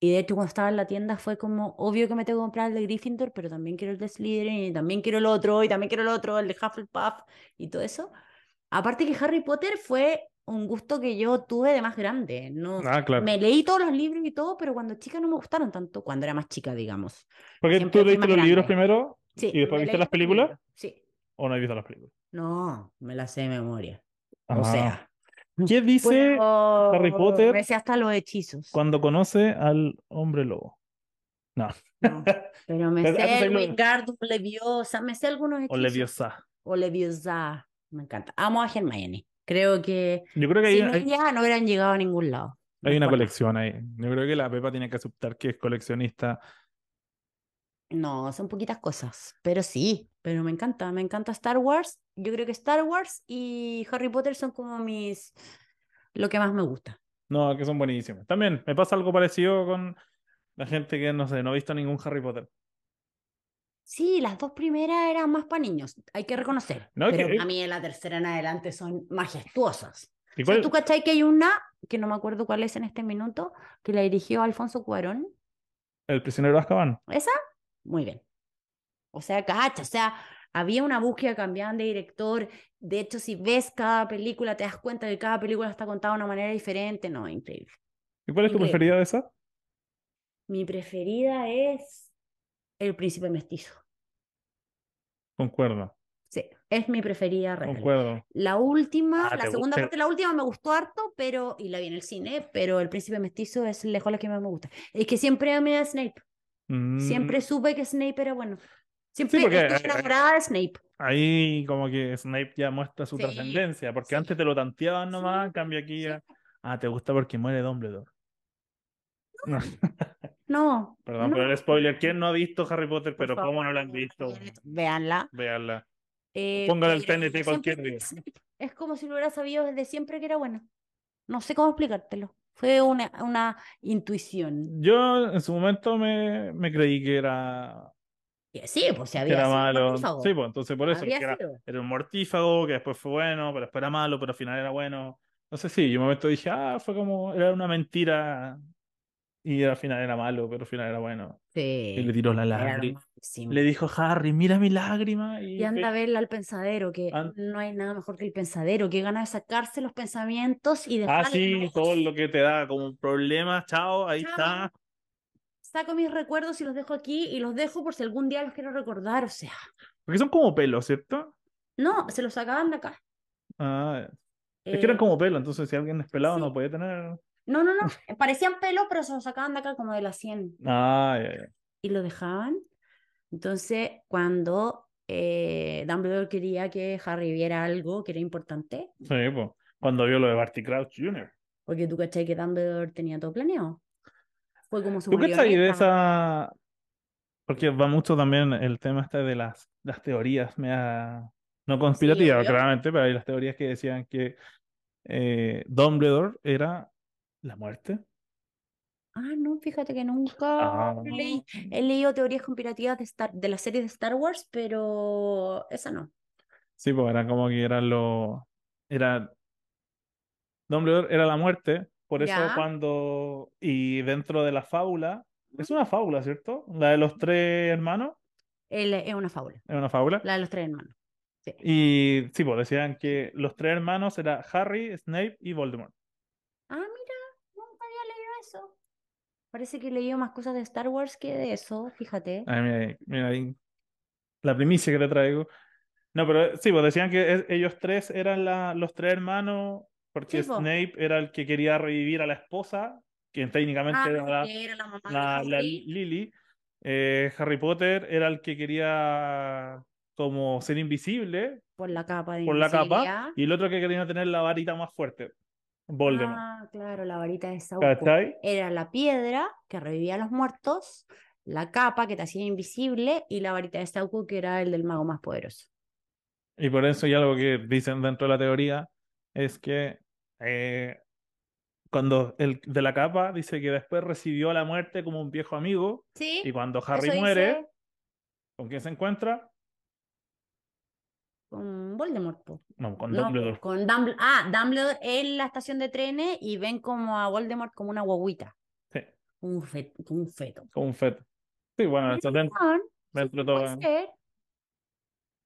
S2: Y de hecho, cuando estaba en la tienda fue como, obvio que me tengo que comprar el de Gryffindor, pero también quiero el de Slytherin, y también quiero el otro, y también quiero el otro, el de Hufflepuff, y todo eso. Aparte que Harry Potter fue un gusto que yo tuve de más grande. No,
S1: Ah, claro.
S2: me leí todos los libros y todo, pero cuando chica no me gustaron tanto, cuando era más chica, digamos.
S1: Porque
S2: siempre
S1: tú
S2: fui
S1: leíste
S2: más
S1: los libros
S2: grande.
S1: primero
S2: Sí,
S1: ¿Y después viste
S2: me leí
S1: las
S2: todos los
S1: películas?
S2: libros, Sí.
S1: o no has visto las películas.
S2: No, me las sé de memoria. O
S1: Ajá.
S2: sea.
S1: ¿qué dice
S2: Pero
S1: Harry Potter-
S2: Me sé hasta los hechizos.
S1: cuando conoce al hombre lobo?
S2: No, pero me
S1: Pero antes
S2: sé
S1: hay
S2: el
S1: lo-
S2: Wingardium Leviosa, me sé algunos
S1: O
S2: hechizos.
S1: Leviosa.
S2: O Leviosa. Me encanta. Amo a Hermione. Creo que
S1: Yo creo que hay,
S2: sin
S1: hay-
S2: ella no hubieran llegado a ningún lado.
S1: hay una
S2: Mejor.
S1: colección ahí. Yo creo que la Pepa tiene que aceptar que es coleccionista.
S2: No, son poquitas cosas, pero sí, pero me encanta, me encanta Star Wars. Yo creo que Star Wars y Harry Potter son como mis, lo que más me gusta.
S1: No, que son buenísimos. También me pasa algo parecido con la gente que, no sé, no ha visto ningún Harry Potter.
S2: Sí, las dos primeras eran más para niños, hay que reconocer,
S1: No,
S2: pero
S1: que-
S2: para mí de la tercera en adelante son majestuosas.
S1: ¿Y
S2: O sea,
S1: cuál-
S2: ¿tú cachai que hay una, que no me acuerdo cuál es en este minuto, que la dirigió Alfonso Cuarón?
S1: El prisionero de Azkaban.
S2: ¿Esa? Muy bien. O sea, cacha, o sea, había una búsqueda, cambiaban de director. De hecho, si ves cada película, te das cuenta que cada película está contada de una manera diferente. No, increíble.
S1: ¿Y cuál es tu
S2: Increíble.
S1: preferida de esa?
S2: Mi preferida es El Príncipe Mestizo.
S1: Concuerdo,
S2: Sí, es mi preferida real.
S1: concuerdo.
S2: La última,
S1: Ah,
S2: la
S1: te
S2: segunda
S1: gusta.
S2: parte, de la última me gustó harto, pero, y la vi en el cine, pero El Príncipe Mestizo es lejos la que más me gusta. Es que siempre amé a Snape.
S1: Mm,
S2: Siempre supe que Snape era bueno. Siempre
S1: Sí, porque- eh,
S2: estuve enamorada de Snape.
S1: Ahí como que Snape ya muestra su
S2: Sí,
S1: trascendencia, porque
S2: sí.
S1: antes te lo tanteaban nomás, en cambio aquí
S2: sí.
S1: ya... Ah, te gusta porque muere Dumbledore. No.
S2: No.
S1: Perdón
S2: no,
S1: por el spoiler. ¿Quién no ha visto Harry Potter?
S2: por
S1: Pero
S2: favor,
S1: ¿cómo no lo han visto?
S2: Véanla.
S1: Véanla.
S2: Eh,
S1: Póngala al
S2: pero
S1: TNT
S2: yo
S1: cualquier
S2: siempre-
S1: día.
S2: Es como si lo hubiera sabido desde siempre que era bueno. No sé cómo explicártelo. Fue una, una intuición.
S1: Yo en su momento me, me creí que era,
S2: Que Sí, pues si
S1: que
S2: había
S1: era
S2: sido un
S1: malo.
S2: mortífago.
S1: Sí, pues entonces por eso,
S2: Habría
S1: que era,
S2: sido.
S1: era un mortífago, que después fue bueno, pero después era malo, pero al final era bueno. Entonces sí, yo en un momento dije, ah, fue como, era una mentira y al final era malo, pero al final era bueno. Y le
S2: Sí,
S1: tiró la
S2: era lo
S1: lágrima.
S2: máximo.
S1: Le dijo Harry, mira mi lágrima. Y,
S2: Y anda a
S1: que-
S2: verla al pensadero, que
S1: An-
S2: no hay nada mejor que el pensadero, que gana de sacarse los pensamientos y
S1: Ah,
S2: dejarlos en la
S1: sí,
S2: hoja.
S1: todo lo que te da como un problema, chao, ahí
S2: Chao.
S1: está.
S2: Saco mis recuerdos y los dejo aquí y los dejo por si algún día los quiero recordar. O sea,
S1: Porque son como pelos, ¿cierto?
S2: no, se los sacaban de acá.
S1: Ah, es que
S2: Eh,
S1: eran como pelo, entonces si alguien es pelado
S2: sí.
S1: no podía tener.
S2: No, no, no. Parecían pelos, pero se los sacaban de acá como de la sien
S1: Ah, ya, ya.
S2: y lo dejaban. Entonces, cuando eh, Dumbledore quería que Harry viera algo que era importante,
S1: Sí, pues. Cuando vio lo de Barty Crouch Jr.
S2: porque tú cachai que Dumbledore tenía todo planeado. Fue como su
S1: ¿Tú qué sabes de
S2: marioneta.
S1: esa? Porque va mucho también el tema este de las, las teorías, mea- no conspirativas,
S2: obvio.
S1: claramente, pero hay las teorías que decían que eh, Dumbledore era la muerte.
S2: Ah, no, fíjate que nunca
S1: Ah.
S2: leí. He leído teorías conspirativas de, Star, de la serie de Star Wars, pero esa no.
S1: Sí, pues era como que era lo. Era. Dumbledore era la muerte. Por eso
S2: Ya.
S1: cuando. Y dentro de la fábula. Es una fábula, ¿cierto? La de los tres hermanos.
S2: El- es una fábula,
S1: Es una fábula.
S2: la de los tres hermanos. Sí.
S1: Y sí, pues decían que los tres hermanos era Harry, Snape y Voldemort.
S2: Ah, mira, nunca había leído eso. Parece que he leído más cosas de Star Wars que de eso, fíjate.
S1: Ah, mira, ahí, mira ahí la primicia que te traigo. No, pero eh, sí, pues decían que es- ellos tres eran la- los tres hermanos, porque
S2: Sí, pues. po.
S1: Snape era el que quería revivir a la esposa, quien técnicamente
S2: Ah,
S1: era la,
S2: que era la mamá de
S1: la, la
S2: Harry.
S1: Lily. Eh, Harry Potter era el que quería como ser invisible
S2: Por la capa de
S1: por la capa,
S2: invisibilidad.
S1: y el otro que quería tener la varita más fuerte, Voldemort.
S2: Ah, claro, la varita de Sauco.
S1: ¿Cachai?
S2: Era la piedra que revivía a los muertos, la capa que te hacía invisible y la varita de Sauco que era el del mago más poderoso.
S1: Y por eso, y algo que dicen dentro de la teoría, es que eh, cuando el de la capa dice que después recibió a la muerte como un viejo amigo,
S2: Sí,
S1: y cuando
S2: eso
S1: Harry
S2: dice
S1: muere, ¿con quién se encuentra?
S2: con Voldemort. po.
S1: No, con
S2: No, po,
S1: Dumbledore.
S2: con Dumbledore. Ah, Dumbledore en la estación de trenes y ven como a Voldemort como una guaguita,
S1: Sí,
S2: un feto. Un feto.
S1: con un feto. Sí, bueno, eso Ah, dentro,
S2: Weón, Mm, sí,
S1: dentro de
S2: puede
S1: todo. ¿eh?
S2: ser,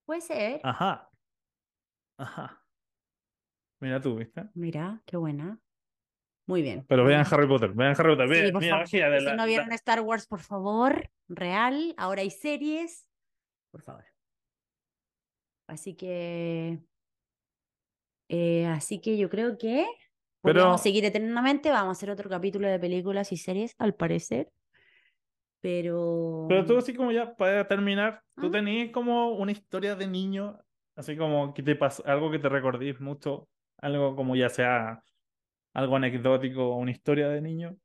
S2: puede ser.
S1: Ajá, ajá. Mira tú, ¿viste?
S2: Mira, qué buena. Muy bien.
S1: Pero vean
S2: Bueno,
S1: Harry Potter, vean Harry Potter,
S2: Sí,
S1: vean,
S2: por
S1: mira,
S2: favor.
S1: mira, de
S2: Si
S1: la-
S2: no vieron
S1: la-
S2: Star Wars, por favor, real. Ahora hay series, por favor. Así que, eh, así que yo creo que podríamos
S1: Pero,
S2: seguir eternamente. Vamos a hacer otro capítulo de películas y series, al parecer. Pero,
S1: pero tú así como ya, para terminar, tú
S2: ¿Mm?
S1: tenías como una historia de niño, así como que te pasó, algo que te recordís mucho, algo como ya sea algo anecdótico o una historia de niño.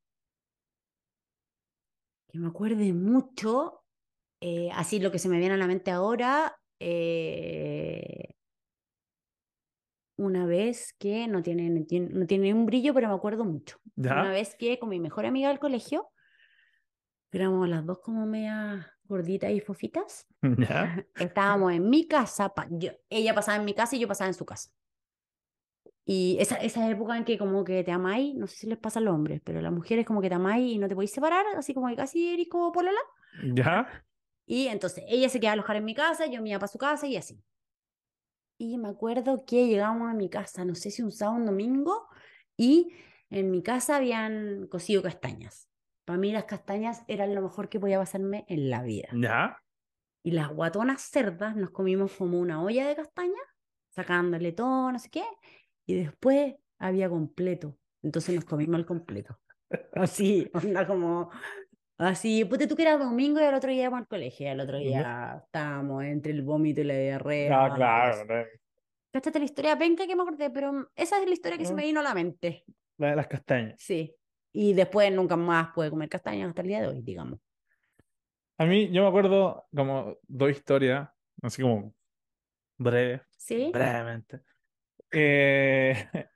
S2: que me acuerde mucho. eh, así lo que se me viene a la mente ahora. eh, una vez que no tiene, no tiene, no tiene un brillo, pero me acuerdo mucho. Una
S1: ¿Ya?
S2: vez que con mi mejor amiga del colegio, que éramos las dos como medias gorditas y fofitas,
S1: ¿Ya?
S2: estábamos en mi casa, pa- yo- ella pasaba en mi casa y yo pasaba en su casa. Y esa, esa época en que como que te amáis, no sé si les pasa a los hombres, pero las mujeres como que te amáis y no te podéis separar, así como que casi eres como polola.
S1: ¿Ya?
S2: Y entonces ella se quedaba a alojar en mi casa, yo me iba para su casa y así. Y me acuerdo que llegamos a mi casa, no sé si un sábado o un domingo, y en mi casa habían cocido castañas. Para mí las castañas eran lo mejor que podía pasarme en la vida.
S1: ¿Ya?
S2: Y las guatonas cerdas nos comimos como una olla de castaña, sacándole todo, no sé qué, y después había completo. Entonces nos comimos el completo. Así, onda como... Así, puta, tú que eras domingo y al otro día íbamos al colegio, y al otro día estábamos entre el vómito y la diarrea.
S1: Ah,
S2: y
S1: claro. de-
S2: Cáchate la historia penca que me acordé, pero mm, esa es la historia que se me
S1: Mm.
S2: vino a la mente.
S1: La de las castañas.
S2: Sí. Y después nunca más pude comer castañas hasta el día de hoy, digamos.
S1: A mí, yo me acuerdo como dos historias, así como breve,
S2: ¿Sí?
S1: brevemente. Eh,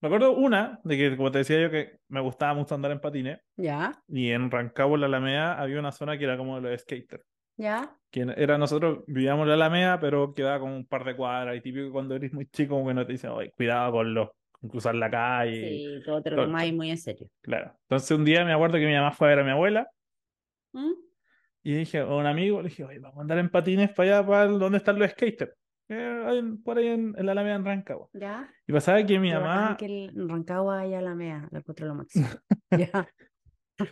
S1: Me acuerdo una, de que como te decía yo que me gustaba mucho andar en patines,
S2: Ya,
S1: y en Rancagua, en la Alameda, había una zona que era como de los skaters.
S2: ya,
S1: Que era nosotros, vivíamos en la Alameda, pero quedaba como un par de cuadras, y típico que cuando eres muy chico, como que no te dicen, oye, cuidado con los, con cruzar la calle.
S2: sí, todo te lo
S1: todo-
S2: tomáis muy en serio.
S1: Claro. Entonces un día me acuerdo que mi mamá fue a ver a mi abuela,
S2: ¿Mm?
S1: y dije a un amigo, le dije, oye, vamos a andar en patines para allá, para el- donde están los skaters. Eh, ahí en- por ahí en, en la Alameda, en Rancagua.
S2: Ya.
S1: Y pasaba que mi
S2: Qué bacán
S1: mamá...
S2: que el- en Rancagua y Alameda, lo encuentro lo máximo. Ya.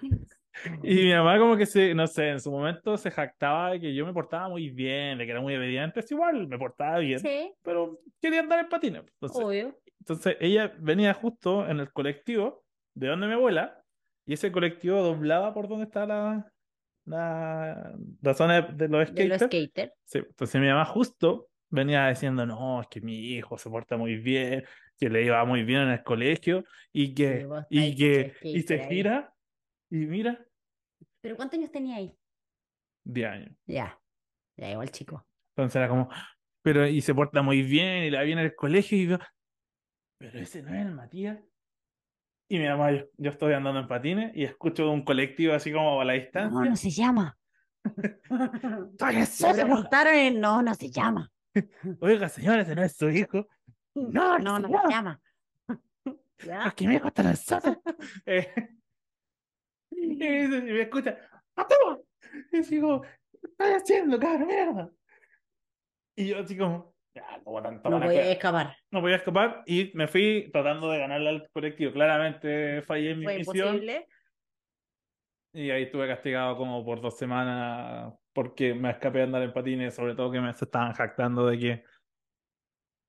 S1: Y mi mamá como que se, no sé, en su momento se jactaba de que yo me portaba muy bien, de que era muy obediente, es igual, me portaba bien,
S2: Sí,
S1: pero quería andar en patines. Entonces,
S2: obvio.
S1: entonces ella venía justo en el colectivo de donde mi abuela, y ese colectivo doblaba por donde está la, la, la zona de, de los
S2: De los
S1: skaters.
S2: skaters.
S1: Sí, entonces mi mamá justo venía diciendo, no, es que mi hijo se porta muy bien, que le iba muy bien en el colegio, y
S2: Y
S1: que,
S2: vos
S1: y
S2: estáis
S1: que,
S2: con tu
S1: y se
S2: skater ahí.
S1: gira, y mira,
S2: ¿Pero cuántos años tenía ahí?
S1: 10 años.
S2: Ya, ya igual chico.
S1: Entonces era como, pero y se porta muy bien, y la viene al colegio, y yo, pero ese no es el Matías. Y mi mamá, yo, yo estoy andando en patines y escucho un colectivo así como a la
S2: No,
S1: distancia.
S2: no se llama.
S1: "Estoy en
S2: Se
S1: serio".
S2: preguntaron y no, no se llama.
S1: Oiga, señora, ese no es su hijo. No,
S2: No,
S1: se
S2: no
S1: llama.
S2: se llama.
S1: Es
S2: Ya.
S1: que mi hijo está en el sótano". Eh, y me dice- y me escucha, ¡Mateo! Y yo digo, ¿qué estás haciendo, cabrón, mierda? Y yo así como, ya, como tanto
S2: No
S1: van a
S2: voy
S1: quedar".
S2: a escapar.
S1: no podía escapar y me fui tratando de ganarle al colectivo. Claramente fallé en mi
S2: Fue
S1: misión
S2: imposible.
S1: y ahí estuve castigado como por dos semanas porque me escapé de andar en patines, sobre todo que me se estaban jactando de que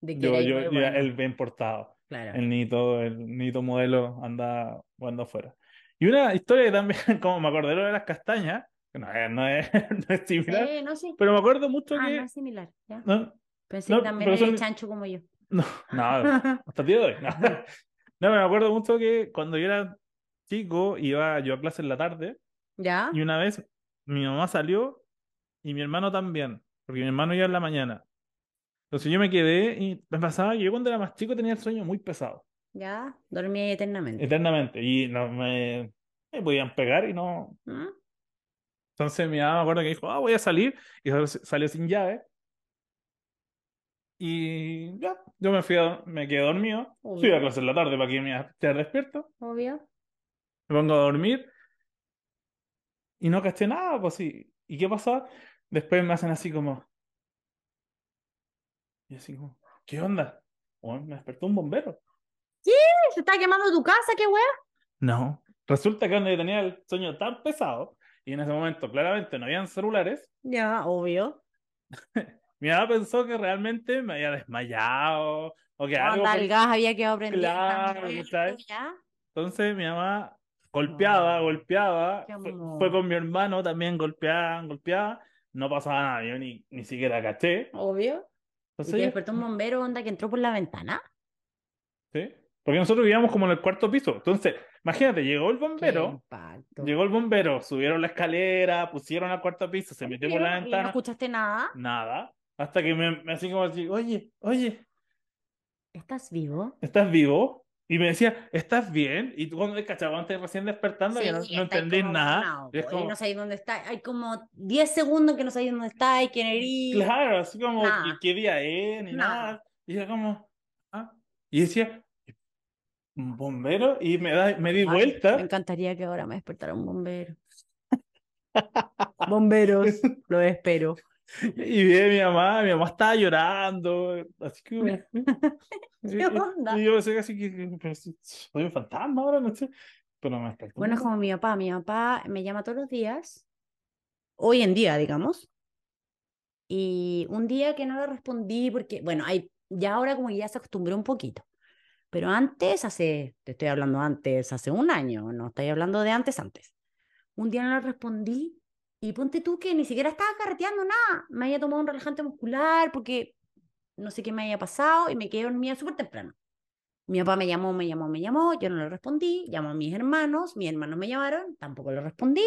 S2: De que
S1: yo,
S2: erais
S1: yo,
S2: muy
S1: yo
S2: bueno.
S1: era el bien portado,
S2: Claro.
S1: el nito, el nito modelo anda cuando fuera. Y una historia que también, como me acordé lo de las castañas, que no es, no es, no es similar,
S2: Sí, no, sí.
S1: pero me acuerdo mucho
S2: Ah,
S1: que...
S2: no es similar. Ya.
S1: no,
S2: Pensé
S1: no,
S2: que también
S1: pero
S2: eres
S1: son-
S2: chancho como yo.
S1: No, no, hasta el día de hoy. No. No, me acuerdo mucho que cuando yo era chico, iba yo a clase en la tarde,
S2: ¿Ya?
S1: y una vez mi mamá salió y mi hermano también, porque mi hermano iba en la mañana. Entonces yo me quedé y me pasaba que yo cuando era más chico tenía el sueño muy pesado,
S2: Ya. Dormía ahí
S1: Eh,
S2: eternamente.
S1: eternamente, y no me, me podían pegar y no.
S2: ¿Mm?
S1: Entonces mi mamá me acuerdo que dijo, ah, voy a salir, y sal- salió sin llave. Y ya, yo me fui a, me quedé dormido, fui a
S2: Obvio.
S1: clase en la tarde para que me esté despierto.
S2: Obvio.
S1: me pongo a dormir y no caché nada, pues sí. ¿Y qué pasó? Después me hacen así como. Y así como, ¿qué onda? Bueno, me despertó un bombero.
S2: Se está quemando tu casa, qué hueá.
S1: No. Resulta que donde tenía el sueño tan pesado, y en ese momento claramente no habían celulares,
S2: Ya, obvio.
S1: mi mamá pensó que realmente me había desmayado o que algo.
S2: Onda,
S1: por-
S2: el gas había quedado prendido. estaba
S1: Claro,
S2: muerto,
S1: ¿sabes?
S2: ya.
S1: Entonces mi mamá golpeaba,
S2: Ay,
S1: golpeaba,
S2: qué
S1: fue,
S2: amor.
S1: fue con mi hermano también golpeaban, golpeaba, no pasaba nada, yo ni, ni siquiera caché.
S2: Obvio. Y
S1: Entonces,
S2: te despertó un bombero, onda, que entró por la ventana.
S1: ¿sí? Porque nosotros vivíamos como en el cuarto piso. Entonces, imagínate, llegó el
S2: Qué
S1: bombero,
S2: impacto.
S1: llegó el bombero, subieron la escalera, pusieron al cuarto piso, se metió por la
S2: Pero, ¿y no
S1: ventana,
S2: escuchaste nada?
S1: nada. Hasta que me, me así como así, oye, oye,
S2: ¿Estás vivo?
S1: ¿estás vivo? Y me decía, ¿estás bien? Y tú cuando te cachabas antes recién despertando,
S2: Sí,
S1: que no, no
S2: estáis
S1: entendí
S2: como
S1: nada.
S2: abandonado,
S1: Y es
S2: po, y
S1: como,
S2: no sabéis dónde está. Hay como 10 segundos que no sabéis dónde está y quién eres.
S1: Claro, así como
S2: Nada.
S1: que qué día es, ni
S2: Nada.
S1: nada. Y era como, ah. Y decía, ¿un bombero? Y me, da, me di
S2: Ay, Me
S1: vuelta.
S2: encantaría que ahora me despertara un bombero. Bomberos, lo espero.
S1: Y vi a mi mamá, mi mamá estaba llorando. Así que. y-
S2: ¿Qué onda?
S1: Y, y yo pensé así que, pero si soy un fantasma ahora, no sé. Pero me despertó.
S2: Bueno, es como mi papá. Mi papá me llama todos los días, hoy en día, digamos. Y un día que no le respondí porque, bueno, hay, ya ahora como que ya se acostumbró un poquito. Pero antes, hace, te estoy hablando antes, hace un año, no estoy hablando de antes, antes. Un día no le respondí y ponte tú que ni siquiera estaba carreteando nada. Me había tomado un relajante muscular porque no sé qué me había pasado y me quedé dormida súper temprano. Mi papá me llamó, me llamó, me llamó, yo no le respondí, llamó a mis hermanos, mis hermanos me llamaron, tampoco le respondí.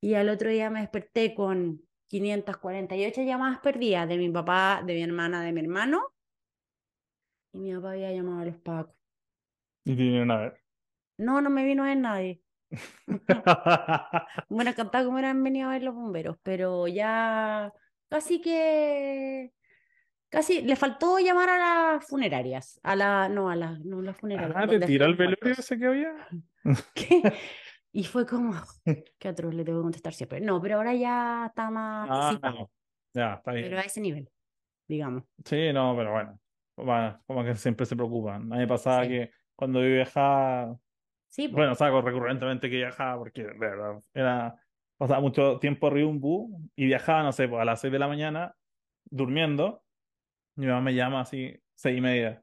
S2: Y al otro día me desperté con 548 llamadas perdidas de mi papá, de mi hermana, de mi hermano. Y mi papá había llamado a los pacos.
S1: Y te vinieron a ver.
S2: No, no me vino a ver nadie. Bueno, encantado que me hubieran venido a ver los bomberos, pero ya casi que casi le faltó llamar a las funerarias, a la no a las no las funerarias.
S1: ah, te
S2: donde
S1: tiró el
S2: están los
S1: velorio
S2: muertos.
S1: ese que había.
S2: ¿Qué? Y fue como, qué atroz, le tengo que contestar siempre. No, pero ahora ya está más
S1: Ah,
S2: disipado,
S1: ya, está bien.
S2: pero a ese nivel, digamos.
S1: Sí, no, pero bueno. Bueno, como que siempre se preocupan. A mí me pasaba
S2: Sí.
S1: que cuando yo viajaba,
S2: Sí, po.
S1: bueno, saco recurrentemente que viajaba porque, de verdad, era, pasaba mucho tiempo arriba de un bus y viajaba, no sé, pues a las 6 de la mañana, durmiendo. Mi mamá me llama así, seis y media.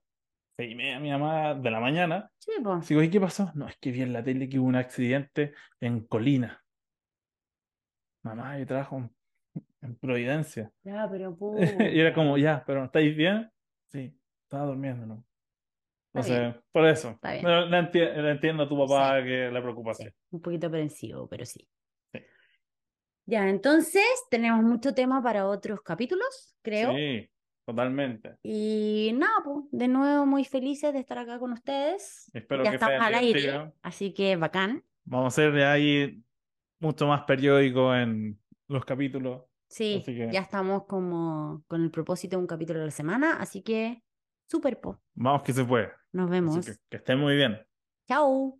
S1: Seis y media, mi mamá, de la mañana.
S2: sí, po.
S1: Así que, ¿y qué pasó? No, es que vi en la tele que hubo un accidente en Colina. Mamá, yo trabajo en, en Providencia.
S2: Ya, pero
S1: Y era
S2: puta.
S1: como, ya, pero ¿estáis bien? Sí, estaba durmiendo, ¿no?
S2: Está bien,
S1: Entonces, por eso.
S2: está bien.
S1: No, no enti- no entiendo a tu papá que la preocupación.
S2: Un poquito aprensivo, pero sí.
S1: Sí.
S2: Ya, entonces tenemos mucho tema para otros capítulos, creo.
S1: Sí, totalmente.
S2: Y nada, pues, de nuevo muy felices de estar acá con ustedes.
S1: Espero
S2: ya
S1: que
S2: estamos
S1: sea
S2: al aire, ¿eh?
S1: divertido.
S2: así que bacán.
S1: Vamos a hacer de ahí mucho más periódico en los capítulos.
S2: Sí,
S1: Así que-
S2: ya estamos como con el propósito de un capítulo a la semana, así que súper, po.
S1: Vamos que se puede.
S2: Nos
S1: Así
S2: vemos.
S1: que, que estén muy bien.
S2: Chao.